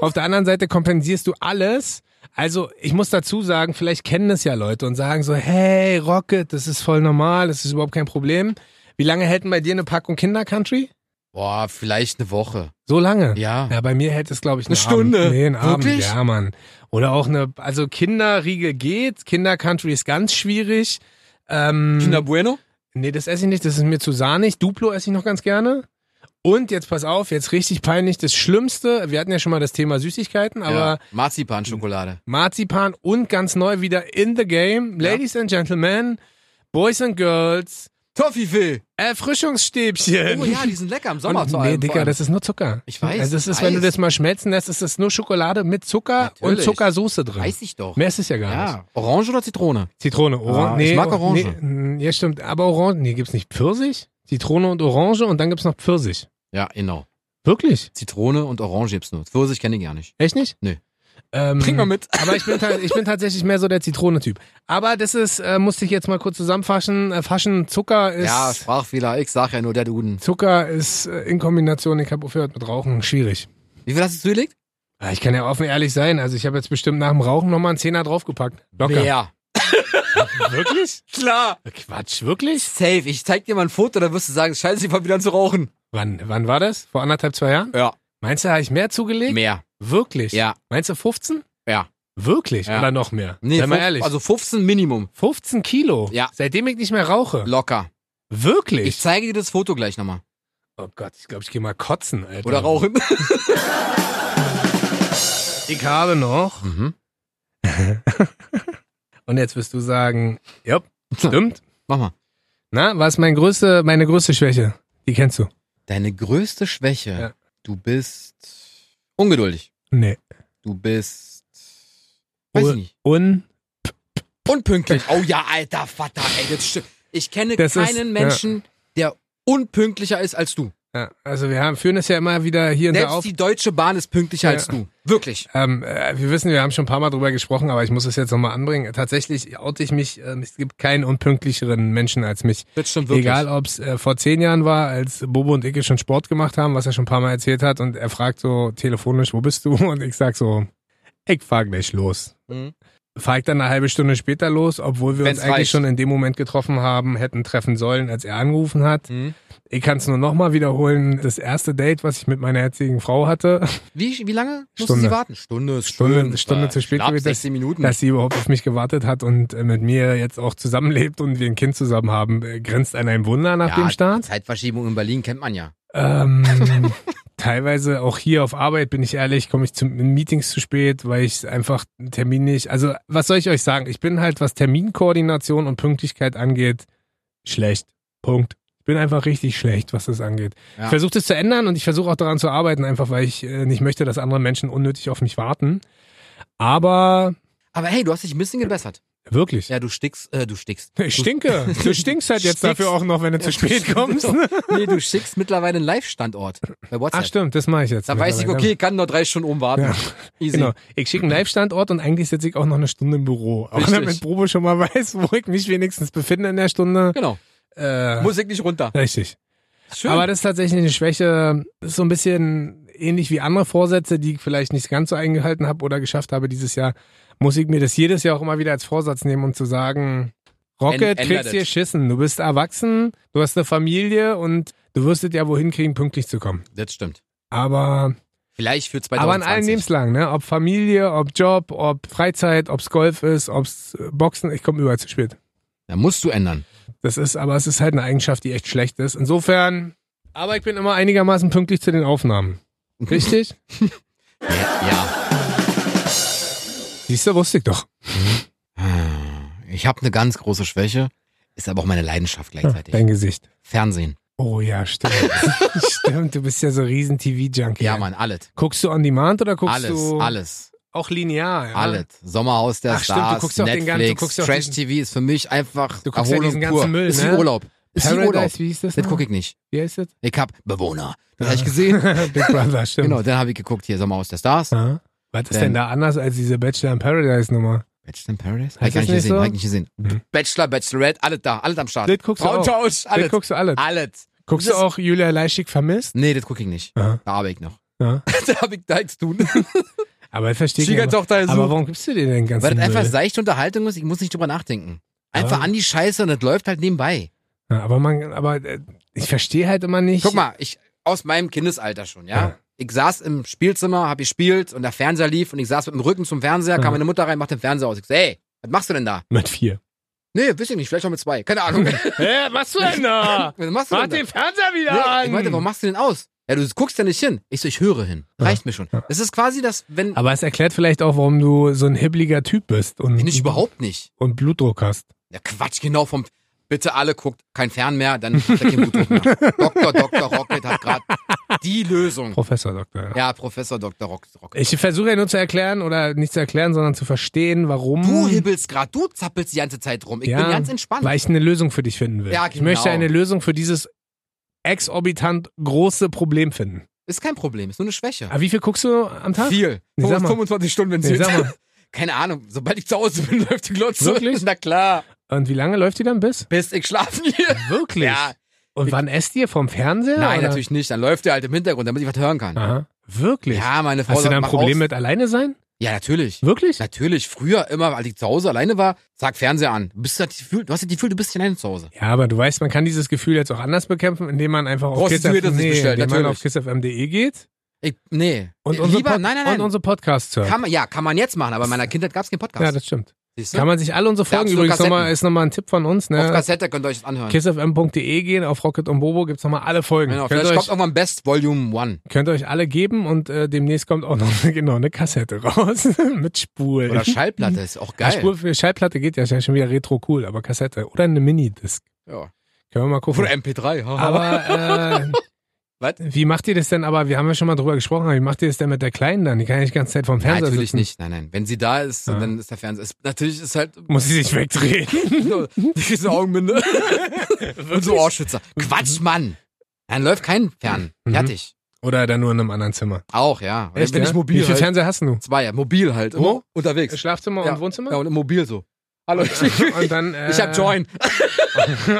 A: auf der anderen Seite kompensierst du alles. Also ich muss dazu sagen, vielleicht kennen das ja Leute und sagen so, hey Rocket, das ist voll normal, das ist überhaupt kein Problem. Wie lange hält denn bei dir eine Packung Kinder Country?
B: Boah, vielleicht eine Woche.
A: So lange?
B: Ja.
A: Ja, bei mir hält es, glaube ich, einen
B: Eine Stunde?
A: Abend. Nee, einen Abend,
B: Wirklich?
A: ja, Mann. Oder auch eine, also Kinderriegel geht, Kinder-Country ist ganz schwierig. Ähm,
B: Hm. Kinder Bueno?
A: Nee, das esse ich nicht, das ist mir zu sahnig. Duplo esse ich noch ganz gerne. Und jetzt pass auf, jetzt richtig peinlich, das Schlimmste, wir hatten ja schon mal das Thema Süßigkeiten, aber
B: ja. Marzipan-Schokolade.
A: Marzipan und ganz neu wieder in the game,
B: Ja.
A: Ladies and Gentlemen, Boys and Girls,
B: Toffifee.
A: Erfrischungsstäbchen.
B: Oh ja, die sind lecker im
A: Und,
B: Sommer zu
A: nee,
B: allem. vor
A: Dicker,
B: allem.
A: das ist nur Zucker.
B: Ich weiß,
A: Also das ist,
B: ich
A: wenn du
B: weiß.
A: das mal schmelzen lässt, ist das nur Schokolade mit Zucker und
B: Natürlich.
A: Zuckersoße drin.
B: weiß ich doch.
A: Mehr ist es ja gar nicht.
B: Ja. Orange oder Zitrone?
A: Zitrone, Orange.
B: Ah, ich mag Orange.
A: Nee, mm, ja, stimmt. Aber Orange, nee, gibt's nicht Pfirsich? Zitrone und Orange und dann gibt's noch Pfirsich.
B: Ja, genau.
A: Wirklich?
B: Zitrone und Orange gibt's nur. Pfirsich kenne ich gar nicht.
A: Echt nicht?
B: Nee.
A: Ähm,
B: Hm. Trink mal mit.
A: Aber ich bin, ta- ich bin tatsächlich mehr so der Zitrone-Typ. Aber das ist, äh, musste ich jetzt mal kurz zusammenfassen. Äh, Faschen, Zucker ist.
B: Ja, Sprachfehler. Ich sag ja nur der Duden.
A: Zucker ist äh, in Kombination, ich habe aufgehört mit Rauchen, schwierig.
B: Wie viel hast du zugelegt?
A: Ah, Ich kann ja offen ehrlich sein. Also ich habe jetzt bestimmt nach dem Rauchen nochmal einen Zehner draufgepackt. Locker.
B: Mehr.
A: Wirklich?
B: Klar.
A: Quatsch, wirklich?
B: Safe. Ich zeig dir mal ein Foto, dann wirst du sagen, scheiße, ich war wieder an zu rauchen.
A: Wann, wann war das? Vor anderthalb, zwei Jahren?
B: Ja.
A: Meinst du, habe ich mehr zugelegt?
B: Mehr.
A: Wirklich?
B: Ja.
A: Meinst du 15?
B: Ja.
A: Wirklich?
B: Ja.
A: Oder noch mehr? Sei mal
B: fünf-
A: ehrlich.
B: Also 15 Minimum.
A: 15 Kilo?
B: Ja.
A: Seitdem ich nicht mehr rauche?
B: Locker.
A: Wirklich?
B: Ich zeige dir das Foto gleich nochmal.
A: Oh Gott, ich glaube, ich gehe mal kotzen, Alter.
B: Oder rauchen.
A: Ich habe noch.
B: Mhm.
A: Und jetzt wirst du sagen, ja,
B: Hm.
A: stimmt.
B: Mach mal.
A: Na, was mein größte, meine größte Schwäche? Die kennst du?
B: Deine größte Schwäche.
A: Ja.
B: Du bist ungeduldig.
A: Nee.
B: Du bist. Weiß
A: Ur-
B: ich nicht.
A: Un.
B: Unpünktlich. Oh ja, alter Vater, ey, das stimmt. Ich kenne
A: Das ist-
B: keinen Menschen, der unpünktlicher ist als du.
A: Ja, also wir haben, führen es ja immer wieder hier und da
B: Selbst
A: auf.
B: die Deutsche Bahn ist pünktlicher als du. Wirklich.
A: Ähm, äh, wir wissen, wir haben schon ein paar Mal drüber gesprochen, aber ich muss es jetzt nochmal anbringen. Tatsächlich oute ich mich, ähm, es gibt keinen unpünktlicheren Menschen als mich.
B: Das stimmt wirklich.
A: Egal, ob es äh, vor zehn Jahren war, als Bobo und Icke schon Sport gemacht haben, was er schon ein paar Mal erzählt hat, und er fragt so telefonisch, wo bist du? Und ich sag so, ich fahr gleich los.
B: Mhm.
A: Fahr ich dann eine halbe Stunde später los, obwohl wir
B: Wenn's
A: uns eigentlich
B: reicht.
A: schon in dem Moment getroffen haben, hätten treffen sollen, als er angerufen hat.
B: Mhm.
A: Ich kann es nur nochmal wiederholen. Das erste Date, was ich mit meiner jetzigen Frau hatte,
B: Wie, wie lange mussten
A: Stunde.
B: sie warten? Stunde ist
A: Stunde-
B: schön.
A: Stunde
B: Äh,
A: zu spät
B: knapp
A: gewesen.
B: 16 Minuten.
A: dass sie überhaupt auf mich gewartet hat und äh, mit mir jetzt auch zusammenlebt und wir ein Kind zusammen haben, äh, grenzt an ein Wunder nach
B: ja,
A: dem Start.
B: Zeitverschiebung in Berlin kennt man ja.
A: Ähm, teilweise auch hier auf Arbeit, bin ich ehrlich, komme ich zu in Meetings zu spät, weil ich einfach einen Termin nicht. Also, was soll ich euch sagen? Ich bin halt, was Terminkoordination und Pünktlichkeit angeht, schlecht. Punkt. Ich bin einfach richtig schlecht, was das angeht.
B: Ja.
A: Ich versuche das zu ändern und ich versuche auch daran zu arbeiten, einfach weil ich äh, nicht möchte, dass andere Menschen unnötig auf mich warten. Aber
B: Aber hey, du hast dich ein bisschen gebessert.
A: wirklich.
B: Ja, du stickst, äh, du stickst.
A: Ich stinke. Du stinkst halt jetzt
B: Stinkst.
A: dafür auch noch, wenn du zu spät kommst. ne?
B: nee, du schickst mittlerweile einen Live-Standort bei WhatsApp.
A: Ach stimmt, das mache ich jetzt.
B: da weiß ich, okay, ich kann nur drei Stunden oben warten.
A: Ja.
B: Easy.
A: Genau. Ich schicke einen Live-Standort und eigentlich sitze ich auch noch eine Stunde im Büro. Aber
B: Mhm. Richtig.
A: damit Probe schon mal weiß, wo ich mich wenigstens befinde in der Stunde.
B: Genau.
A: Äh,
B: Muss ich nicht runter.
A: richtig.
B: Schön.
A: Aber das ist tatsächlich eine Schwäche. Das ist so ein bisschen ähnlich wie andere Vorsätze, die ich vielleicht nicht ganz so eingehalten habe oder geschafft habe dieses Jahr. Muss ich mir das jedes Jahr auch immer wieder als Vorsatz nehmen und zu sagen, Rocket,
B: Ändert
A: kriegst
B: es.
A: dir Schissen. Du bist erwachsen, du hast eine Familie und du wirst es ja wohin kriegen, pünktlich zu kommen.
B: das stimmt.
A: Aber
B: Vielleicht für 2020.
A: aber in allen Lebenslang, ne? Ob Familie, ob Job, ob Freizeit, ob's Golf ist, ob's äh, Boxen, ich komme überall zu spät.
B: Da musst du ändern.
A: Das ist, aber es ist halt eine Eigenschaft, die echt schlecht ist. Insofern, aber ich bin immer einigermaßen pünktlich zu den Aufnahmen. Richtig?
B: Ja.
A: Siehst du, wusste ich doch.
B: Äh, Ich habe eine ganz große Schwäche, ist aber auch meine Leidenschaft gleichzeitig.
A: Dein Gesicht.
B: Fernsehen.
A: Oh ja, stimmt. stimmt, du bist ja so riesen TV-Junkie.
B: Ja, Mann, alles.
A: Guckst du on demand oder guckst
B: Alles,
A: du
B: alles.
A: auch linear? Ja?
B: Alles. Sommerhaus der
A: Ach, stimmt, du
B: Stars,
A: guckst ja auch den
B: Netflix,
A: ganzen- du guckst ja auch
B: Trash TV ist für mich einfach
A: Du guckst ja
B: Erholung
A: diesen ganzen
B: pur.
A: Müll,
B: ist wie
A: ne?
B: Urlaub. Ist wie Urlaub.
A: Paradise, wie hieß das?
B: Das
A: noch?
B: gucke ich nicht.
A: Wie heißt das?
B: Ich hab Bewohner. Das hab ich gesehen.
A: Big Brother, stimmt.
B: genau, dann habe ich geguckt hier Sommerhaus der Stars.
A: Ja. Was ist denn da anders als diese Bachelor in Paradise Nummer?
B: Bachelor in
A: Heißt
B: Paradise? Hab ich gar
A: das
B: nicht
A: nicht
B: gesehen,
A: so?
B: hab ich nicht gesehen.
A: Mhm.
B: Bachelor, Bachelorette, alles da, alles am Start.
A: Das guckst du auch. Alles.
B: Frauentausch, alles.
A: guckst du alles.
B: Alles.
A: Guckst du
B: Das-
A: auch Julia Leischig vermisst?
B: Nee, das gucke ich nicht.
A: Aha.
B: Da arbeite ich noch.
A: Ja.
B: da habe ich da nichts zu tun.
A: Aber ich verstehe nicht. Aber
B: Schwiegertochter ist
A: aber
B: so.
A: warum gibst du dir den ganzen
B: Weil das einfach
A: Müll?
B: seichte Unterhaltung ist, ich muss nicht drüber nachdenken. Einfach
A: Ja.
B: an die Scheiße und das läuft halt nebenbei.
A: Ja, aber man, aber äh, ich verstehe halt immer nicht.
B: Guck mal, ich aus meinem Kindesalter schon, ja.
A: Ja.
B: Ich saß im Spielzimmer, hab gespielt und der Fernseher lief und ich saß mit dem Rücken zum Fernseher, kam
A: Mhm.
B: meine Mutter rein, macht den Fernseher aus. Ich sag, ey, was machst du denn da?
A: Mit vier.
B: Nee, weiß ich nicht, vielleicht auch mit zwei. Keine Ahnung. was
A: Hä, was für einer?
B: machst du denn da?
A: Fernseher wieder
B: Ja, ich meinte, warum machst du denn aus? Ja, du guckst ja nicht hin. Ich so, ich höre hin. Reicht mir schon. Es ist quasi das, wenn.
A: aber es erklärt vielleicht auch, warum du so ein hibbeliger Typ bist und,
B: Bin ich überhaupt nicht.
A: und Blutdruck hast.
B: Ja, Quatsch, genau vom. Bitte alle guckt kein Fern mehr, dann hat er keinen Blutdruck mehr. Dr. Dr. Rocket hat gerade die Lösung.
A: Professor Doktor. ja.
B: Ja, Professor Dr. Rock- Rocket.
A: Ich versuche ja nur zu erklären oder nicht zu erklären, sondern zu verstehen, warum.
B: Du hibbelst gerade, du zappelst die ganze Zeit rum. Ich
A: Ja,
B: bin ganz entspannt.
A: Weil ich eine Lösung für dich finden will.
B: Ja,
A: Ich möchte
B: genau.
A: eine Lösung für dieses exorbitant große Problem finden.
B: Ist kein Problem, ist nur eine Schwäche.
A: Aber wie viel guckst du am Tag?
B: Viel.
A: Nee, sag mal.
B: 25 Stunden, wenn
A: Nee, sag mal.
B: Keine Ahnung, sobald ich zu Hause bin, läuft die Glotze.
A: Wirklich?
B: Na klar.
A: Und wie lange läuft die dann bis?
B: Bis ich schlafen hier.
A: Wirklich?
B: Ja.
A: Und wann esst ihr? Vom Fernseher?
B: Nein,
A: oder?
B: natürlich nicht. Dann läuft der halt im Hintergrund, damit ich was hören kann.
A: Aha. Wirklich?
B: Ja, meine Frau
A: Hast du
B: sagt,
A: da ein
B: mach
A: Problem
B: aus.
A: mit alleine sein?
B: Ja, natürlich.
A: Wirklich?
B: Natürlich, früher immer, als ich zu Hause alleine war, sag Fernseher an. Du, bist, halt das Gefühl- du hast das Gefühl, du bist nicht alleine zu Hause.
A: Ja, aber du weißt, man kann dieses Gefühl jetzt auch anders bekämpfen, indem man einfach auf
B: Prostituierte
A: KissFM
B: sich
A: nee,
B: bestellt,
A: indem man
B: natürlich.
A: auf kissfm.de E geht
B: Ich, nee.
A: und unsere,
B: Lieber,
A: Pod-
B: nein, nein, nein.
A: Und unsere Podcasts hört.
B: kann man, ja, kann man jetzt machen, aber in meiner Kindheit gab es keinen Podcast.
A: ja, das stimmt.
B: Siehst du?
A: Kann man sich alle unsere
B: Da
A: Folgen
B: hast du
A: übrigens nochmal,
B: Kassetten.
A: ist nochmal ein Tipp von uns, ne?
B: Auf Kassette könnt ihr euch das anhören.
A: kissfm.de E gehen, auf Rocket und Bobo gibt's nochmal alle Folgen.
B: Genau,
A: könnt, ihr
B: vielleicht
A: euch,
B: kommt irgendwann Best Volume 1.
A: könnt ihr euch alle geben und äh, demnächst kommt auch noch genau eine Kassette raus mit Spulen.
B: Oder Schallplatte, ist auch
A: Ja,
B: geil.
A: Spur für Schallplatte geht ja schon wieder retro cool, aber Kassette oder eine Minidisc.
B: Ja.
A: Können wir mal gucken.
B: Oder MP3. haha.
A: Aber äh,
B: Was?
A: wie macht ihr das denn? Aber wir haben ja schon mal drüber gesprochen, aber wie macht ihr das denn mit der Kleinen dann? Die kann ja nicht die ganze Zeit vom
B: Nein,
A: Fernseher
B: natürlich
A: sitzen.
B: nicht. Nein, nein. Wenn sie da ist,
A: Ja.
B: dann ist der Fernseher. Ist, natürlich ist halt
A: Muss sie sich wegdrehen?
B: Also, die kriegst eine Augenbinde und so Ohrschützer. Quatsch, Mann. Dann läuft kein Fern.
A: Mhm.
B: Fertig.
A: Oder dann nur in einem anderen Zimmer.
B: Auch, ja. Oder
A: Echt,
B: wenn
A: ja?
B: ich mobil
A: Wie viel
B: halt,
A: Fernseher hast du?
B: Zwei, ja. Mobil halt. Immer
A: Wo?
B: unterwegs.
A: Schlafzimmer
B: Ja.
A: und Wohnzimmer?
B: Ja, und mobil so. Hallo, ich,
A: Und dann, äh,
B: ich hab Join.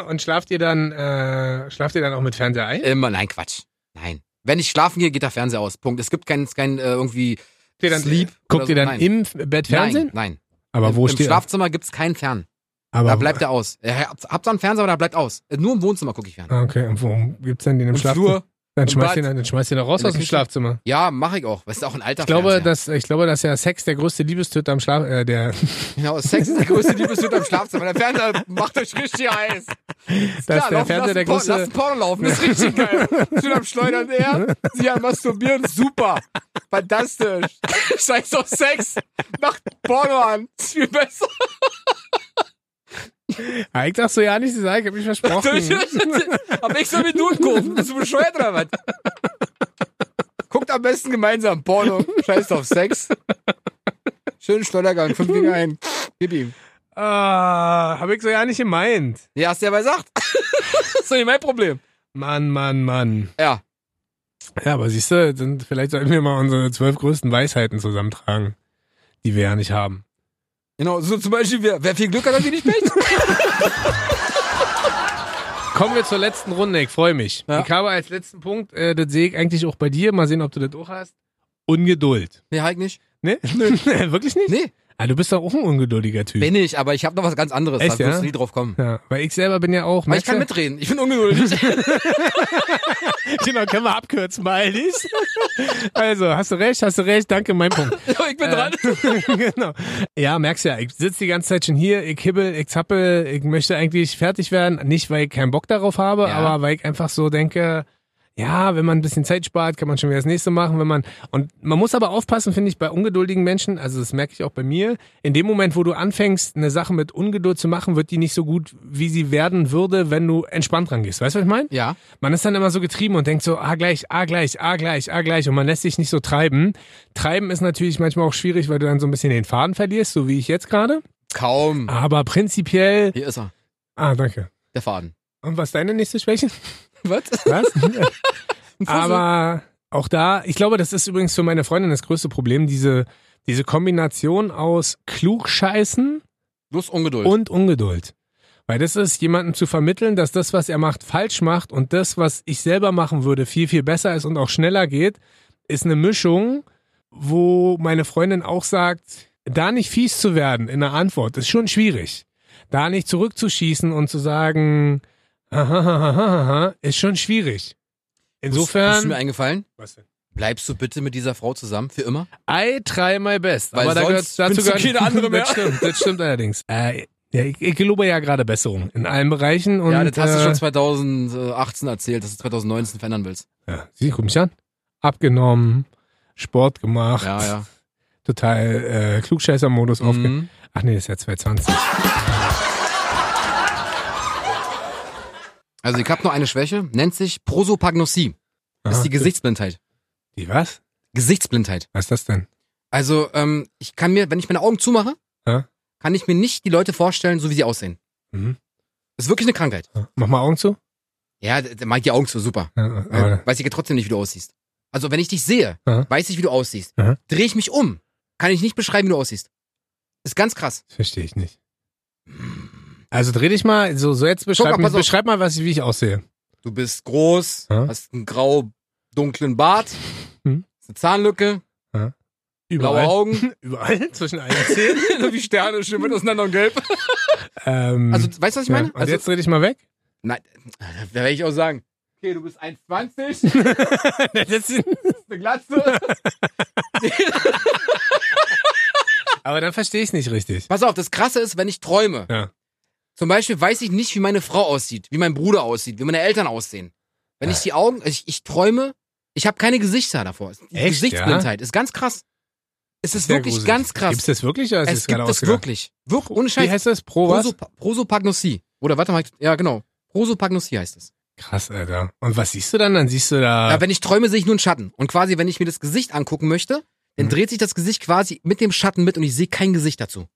A: Und schlaft ihr dann, äh, schlaft ihr dann auch mit Fernseher ein?
B: Immer, nein, Quatsch. Nein. Wenn ich schlafen gehe, geht der Fernseher aus. Punkt. Es gibt kein, kein äh, irgendwie
A: Guckt ihr dann, äh,
B: Sleep.
A: guckt
B: oder so.
A: ihr dann
B: nein.
A: im F- Bett Fernsehen?
B: Nein, nein.
A: Aber
B: Im,
A: wo
B: Im
A: steht
B: Schlafzimmer gibt's keinen Fern.
A: aber,
B: Da bleibt er aus. Ja, habt habt zwar einen Fernseher, aber da bleibt aus. Äh, Nur im Wohnzimmer gucke ich fern.
A: Ah, Okay, und wo gibt's denn den im
B: Im
A: Schlafzimmer?
B: Flur.
A: Dann
B: im
A: schmeißt
B: Bad.
A: ihr dann, dann schmeißt ihr doch raus
B: Oh In der
A: aus dem
B: Küche.
A: Schlafzimmer.
B: Ja, mache ich auch. Das ist auch ein alter
A: Ich glaube,
B: Fernseher.
A: dass, ich glaube, dass ja Sex der größte Liebestod am Schlaf, äh, der,
B: Genau, Sex ist der größte Liebesdut am Schlafzimmer. Der Fernseher macht euch richtig heiß.
A: dass
B: Klar,
A: der
B: laufen,
A: Fernseher der
B: lass ein Por- Lass
A: größte,
B: ein Porno laufen, das ist richtig geil. Schön am Schleudern er, sie am Masturbieren, super. Fantastisch. Scheiß auf Sex, macht Porno an, ist viel besser.
A: eigentlich darfst du ja nicht sagen, ich hab mich versprochen.
B: Am nächsten Minuten gucken, bist du bescheuert oder was? Guckt am besten gemeinsam Porno, scheiß auf Sex. Schönen Schleudergang, fünf gegen ein. Gib ihm.
A: ah, hab ich so ja nicht gemeint.
B: Ja, hast du ja mal gesagt. das ist doch nicht mein Problem.
A: Mann, Mann, Mann.
B: Ja.
A: Ja, aber siehst du, dann vielleicht sollten wir mal unsere zwölf größten Weisheiten zusammentragen, die wir ja nicht haben.
B: Genau, so zum Beispiel, wer, wer viel Glück hat, hat wenig Pech.
A: Kommen wir zur letzten Runde, ich freue mich.
B: Ja.
A: Ich habe als letzten Punkt, äh, das sehe ich eigentlich auch bei dir, mal sehen, ob du das auch hast. Ungeduld.
B: nee, halt nicht.
A: Ne? Wirklich nicht?
B: Nee,
A: Ah, du bist doch auch ein ungeduldiger Typ.
B: bin ich, aber ich habe noch was ganz anderes.
A: Echt,
B: da wirst
A: ja?
B: du nie drauf kommen.
A: ja, weil ich selber bin ja auch.
B: Aber ich
A: merkst
B: kann
A: du?
B: mitreden. Ich bin ungeduldig.
A: Genau, können wir abkürzen, mal nicht. Also, hast du recht, hast du recht, danke, mein Punkt.
B: ich bin dran.
A: genau. Ja, merkst ja, ich sitze die ganze Zeit schon hier, ich hibbel, ich zappel, ich möchte eigentlich fertig werden. Nicht, weil ich keinen Bock darauf habe,
B: Ja.
A: aber weil ich einfach so denke, ja, wenn man ein bisschen Zeit spart, kann man schon wieder das nächste machen, wenn man, und man muss aber aufpassen, finde ich, bei ungeduldigen Menschen, also das merke ich auch bei mir, in dem Moment, wo du anfängst, eine Sache mit Ungeduld zu machen, wird die nicht so gut, wie sie werden würde, wenn du entspannt rangehst. Weißt du, was ich meine?
B: Ja,
A: Man ist dann immer so getrieben und denkt so, ah gleich, ah gleich, ah gleich, ah gleich und man lässt sich nicht so treiben. Treiben ist natürlich manchmal auch schwierig, weil du dann so ein bisschen den Faden verlierst, so wie ich jetzt gerade.
B: kaum.
A: Aber prinzipiell,
B: Hier ist er,
A: ah danke.
B: der Faden.
A: Und was ist deine nächste Schwäche?
B: Was?
A: Was? Aber auch da, ich glaube, das ist übrigens für meine Freundin das größte Problem, diese, diese Kombination aus Klugscheißen
B: Bloß Ungeduld.
A: und Ungeduld. Weil das ist, jemandem zu vermitteln, dass das, was er macht, falsch macht und das, was ich selber machen würde, viel, viel besser ist und auch schneller geht, ist eine Mischung, wo meine Freundin auch sagt, da nicht fies zu werden in der Antwort, ist schon schwierig. Da nicht zurückzuschießen und zu sagen, hahaha, ist schon schwierig.
B: Ist, ist mir
A: Insofern,
B: eingefallen?
A: Was denn?
B: Bleibst du bitte mit dieser Frau zusammen? Für immer?
A: I try my best.
B: Weil
A: aber da gehört,
B: sonst
A: dazu
B: findest du
A: gehört
B: keine andere mehr.
A: Das stimmt, das stimmt allerdings. Äh, ja, ich, ich gelobe ja gerade Besserung in allen Bereichen. Und,
B: ja, das hast du
A: äh,
B: schon 2018 erzählt, dass du 2019 verändern willst.
A: Ja, sie guck mich an. Abgenommen, Sport gemacht,
B: Ja, ja.
A: total äh, Klugscheißer-Modus aufge...
B: Mhm.
A: Ach nee, das ist ja 2020.
B: Also ich habe nur eine Schwäche, nennt sich Prosopagnosie. Das ist
A: Aha.
B: die Gesichtsblindheit.
A: Die was?
B: Gesichtsblindheit.
A: Was ist das denn?
B: Also ähm, ich kann mir, wenn ich meine Augen zumache,
A: Ja.
B: kann ich mir nicht die Leute vorstellen, so wie sie aussehen.
A: Mhm.
B: Das ist wirklich eine Krankheit.
A: Ja. Mach mal Augen zu.
B: Ja, d- d- mag die Augen zu, super.
A: Ah, Ja,
B: Äh,
A: aber,
B: weiß ich ja trotzdem nicht, wie du aussiehst. Also wenn ich dich sehe,
A: Aha.
B: weiß ich, wie du aussiehst.
A: Aha.
B: Drehe ich mich um, kann ich nicht beschreiben, wie du aussiehst. Ist ganz krass.
A: das verstehe ich nicht. Also dreh dich mal, so, so jetzt beschreib,
B: mal,
A: mal,
B: pass auf.
A: beschreib mal, was, ich- wie ich aussehe.
B: Du bist groß,
A: Ja.
B: hast einen grau dunklen Bart,
A: Hm.
B: eine Zahnlücke, blaue
A: Überall.
B: Augen,
A: Überall zwischen allen Zähnen.
B: wie Sterne, schön mit auseinander und gelb.
A: ähm,
B: Also, weißt du, was ich meine?
A: ja. Und
B: also,
A: jetzt dreh dich mal weg.
B: nein, da werde ich auch sagen, okay, du bist 1,20, eine Glatze.
A: aber dann verstehe ich es nicht richtig.
B: Pass auf, das Krasse ist, wenn ich träume.
A: Ja.
B: Zum Beispiel weiß ich nicht, wie meine Frau aussieht, wie mein Bruder aussieht, wie meine Eltern aussehen. Wenn ich die Augen, also ich, ich träume, ich habe keine Gesichter davor. Die
A: Echt,
B: Gesichtsblindheit ist ganz krass. Es ist
A: Sehr
B: wirklich
A: gruselig.
B: ganz krass.
A: Gibt's das wirklich oder ist
B: es
A: das gerade
B: gibt es
A: ausgedacht?
B: wirklich. Wirk, ohne
A: Wie
B: Scheiß.
A: heißt das? Pro was?
B: Prosopa- Prosopagnosie. Oder warte mal, ja genau. Prosopagnosie heißt es.
A: Krass, Alter. Und was siehst du dann? Dann siehst du da.
B: Ja, wenn ich träume, sehe ich nur einen Schatten. Und quasi, wenn ich mir das Gesicht angucken möchte, dann
A: Mhm.
B: dreht sich das Gesicht quasi mit dem Schatten mit und ich sehe kein Gesicht dazu.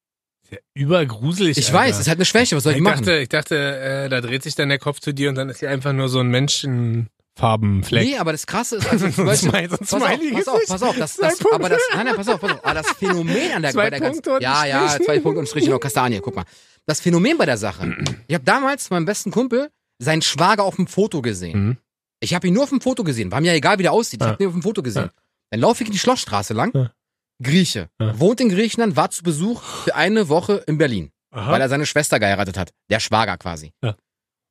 A: Ja, übergruselig.
B: Ich,
A: Alter.
B: weiß, es ist halt eine Schwäche, was soll ich,
A: ich
B: machen?
A: dachte, ich dachte äh, da dreht sich dann der Kopf zu dir und dann ist hier einfach nur so ein Menschenfleisch Farben, Fleck.
B: Nee, aber das Krasse ist, also zum
A: So ein
B: Beispiel,
A: Smiley- so ein
B: pass, auf, pass auf,
A: Smiley-Gesicht.
B: pass auf, das,
A: Zwei
B: das,
A: Punkte.
B: aber das, nein, nein, pass auf, pass auf, aber das Phänomen an der,
A: Zwei
B: bei der ganzen,
A: Punkte und
B: ja, ja,
A: Strichen.
B: zwei Punkte und Striche noch Kastanie, guck mal. Das Phänomen bei der Sache. Ich habe damals meinem besten Kumpel seinen Schwager auf dem Foto gesehen.
A: Mhm.
B: Ich habe ihn nur auf dem Foto gesehen, war mir egal, wie der aussieht, ich
A: Ja.
B: habe ihn auf dem Foto gesehen.
A: Ja.
B: Dann laufe ich die Schlossstraße lang,
A: Ja.
B: Grieche,
A: Ja.
B: wohnt in Griechenland, war zu Besuch für eine Woche in Berlin
A: Aha.
B: weil er seine Schwester geheiratet hat. Der Schwager quasi.
A: Ja.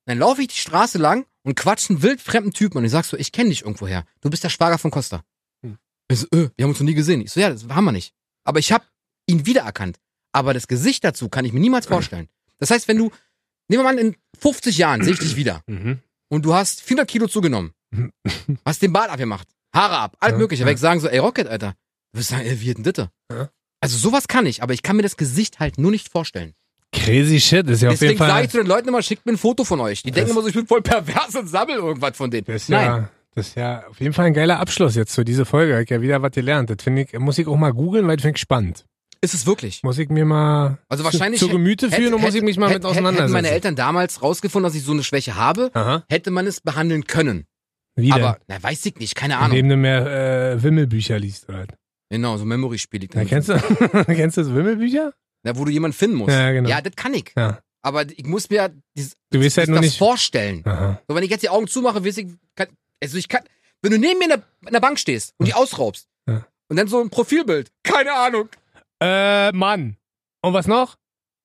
B: Dann laufe ich die Straße lang und quatsche einen wildfremden Typen und ich sag so, ich kenne dich irgendwoher. Du bist der Schwager von Costa.
A: Hm.
B: Ich so, äh, wir haben uns noch nie gesehen. Ich so, ja, das haben wir nicht. Aber ich habe ihn wiedererkannt. Aber das Gesicht dazu kann ich mir niemals vorstellen. Das heißt, wenn du, nehmen wir mal an, in 50 Jahren sehe ich dich wieder
A: mhm.
B: und du hast 400 Kilo zugenommen, hast den Bart abgemacht, Haare ab, alles
A: Ja,
B: mögliche.
A: ja.
B: Weil ich sagen so, ey Rocket, Alter, du wirst sagen, ey, wie hat denn das?
A: Ja.
B: Also sowas kann ich, aber ich kann mir das Gesicht halt nur nicht vorstellen.
A: Crazy shit, ist ja auf jeden
B: Deswegen sage
A: Fall.
B: ich zu den Leuten immer, schickt mir ein Foto von euch. Die denken immer so, ich bin voll pervers und sammel irgendwas von denen.
A: Das ist,
B: Nein.
A: ja, das ist ja auf jeden Fall ein geiler Abschluss jetzt für diese Folge. Ich hab ja wieder was gelernt. Das finde ich, muss ich auch mal googeln, weil das finde ich spannend.
B: Ist es wirklich?
A: Muss ich mir mal
B: Also wahrscheinlich
A: zu, zu
B: hätte-
A: Gemüte führen und muss ich mich mal
B: hätte-
A: mit
B: hätte- Hätten meine
A: auseinandersetzen.
B: Eltern damals rausgefunden, dass ich so eine Schwäche habe,
A: Aha.
B: hätte man es behandeln können.
A: Wie denn?
B: Aber, na, weiß ich nicht, keine Ahnung.
A: Indem du mehr äh, Wimmelbücher liest, oder?
B: Genau, so Memory-Spiel liegt da.
A: Na, kennst du, kennst du das Wimmelbücher?
B: Na, wo du jemanden finden musst.
A: Ja, genau.
B: Ja, das kann ich.
A: Ja.
B: Aber ich muss mir dieses,
A: Du wirst halt
B: das
A: nur nicht.
B: vorstellen.
A: Aha.
B: So, wenn ich jetzt die Augen zumache, weiß ich, kann, also ich kann, wenn du neben mir in der, in der Bank stehst und die ausraubst
A: Ja.
B: und dann so ein Profilbild, keine Ahnung,
A: Äh, Mann. Und was noch?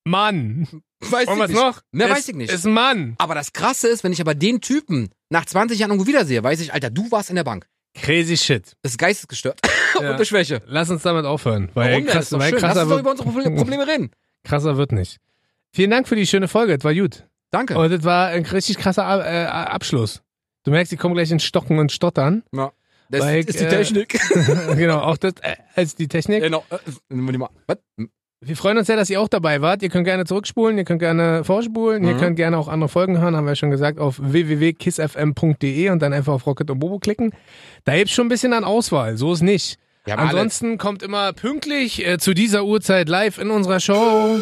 A: Mann.
B: weiß
A: Und
B: ich
A: was
B: nicht.
A: noch?
B: Mehr
A: Ist-
B: weiß ich nicht.
A: Ist ein Mann.
B: Aber das Krasse ist, wenn ich aber den Typen nach 20 Jahren irgendwo wiedersehe, weiß ich, Alter, du warst in der Bank.
A: Crazy shit.
B: Das ist geistesgestört und
A: Ja.
B: eine Schwäche.
A: Lass uns damit aufhören, weil
B: Warum denn?
A: krass,
B: ist doch
A: weil
B: schön. Lass
A: krasser,
B: uns doch
A: wird,
B: über unsere Proble- Probleme reden.
A: krasser wird nicht. Vielen Dank für die schöne Folge, das war gut.
B: Danke.
A: Und das war ein richtig krasser Ab- äh, Abschluss. Du merkst, ich komme gleich ins Stocken und Stottern.
B: das
A: weil,
B: ist die
A: äh,
B: Technik.
A: genau, auch das äh, als die Technik.
B: genau. Äh, nehmen wir die mal. Was?
A: Wir freuen uns sehr, dass ihr auch dabei wart. Ihr könnt gerne zurückspulen, ihr könnt gerne vorspulen, ihr
B: Mhm.
A: könnt gerne auch andere Folgen hören, haben wir schon gesagt, auf www.kissfm.de und dann einfach auf Rocket und Bobo klicken. Da gibt's schon ein bisschen an Auswahl, so ist nicht.
B: Wir haben
A: Ansonsten kommt immer pünktlich äh, zu dieser Uhrzeit live in unserer Show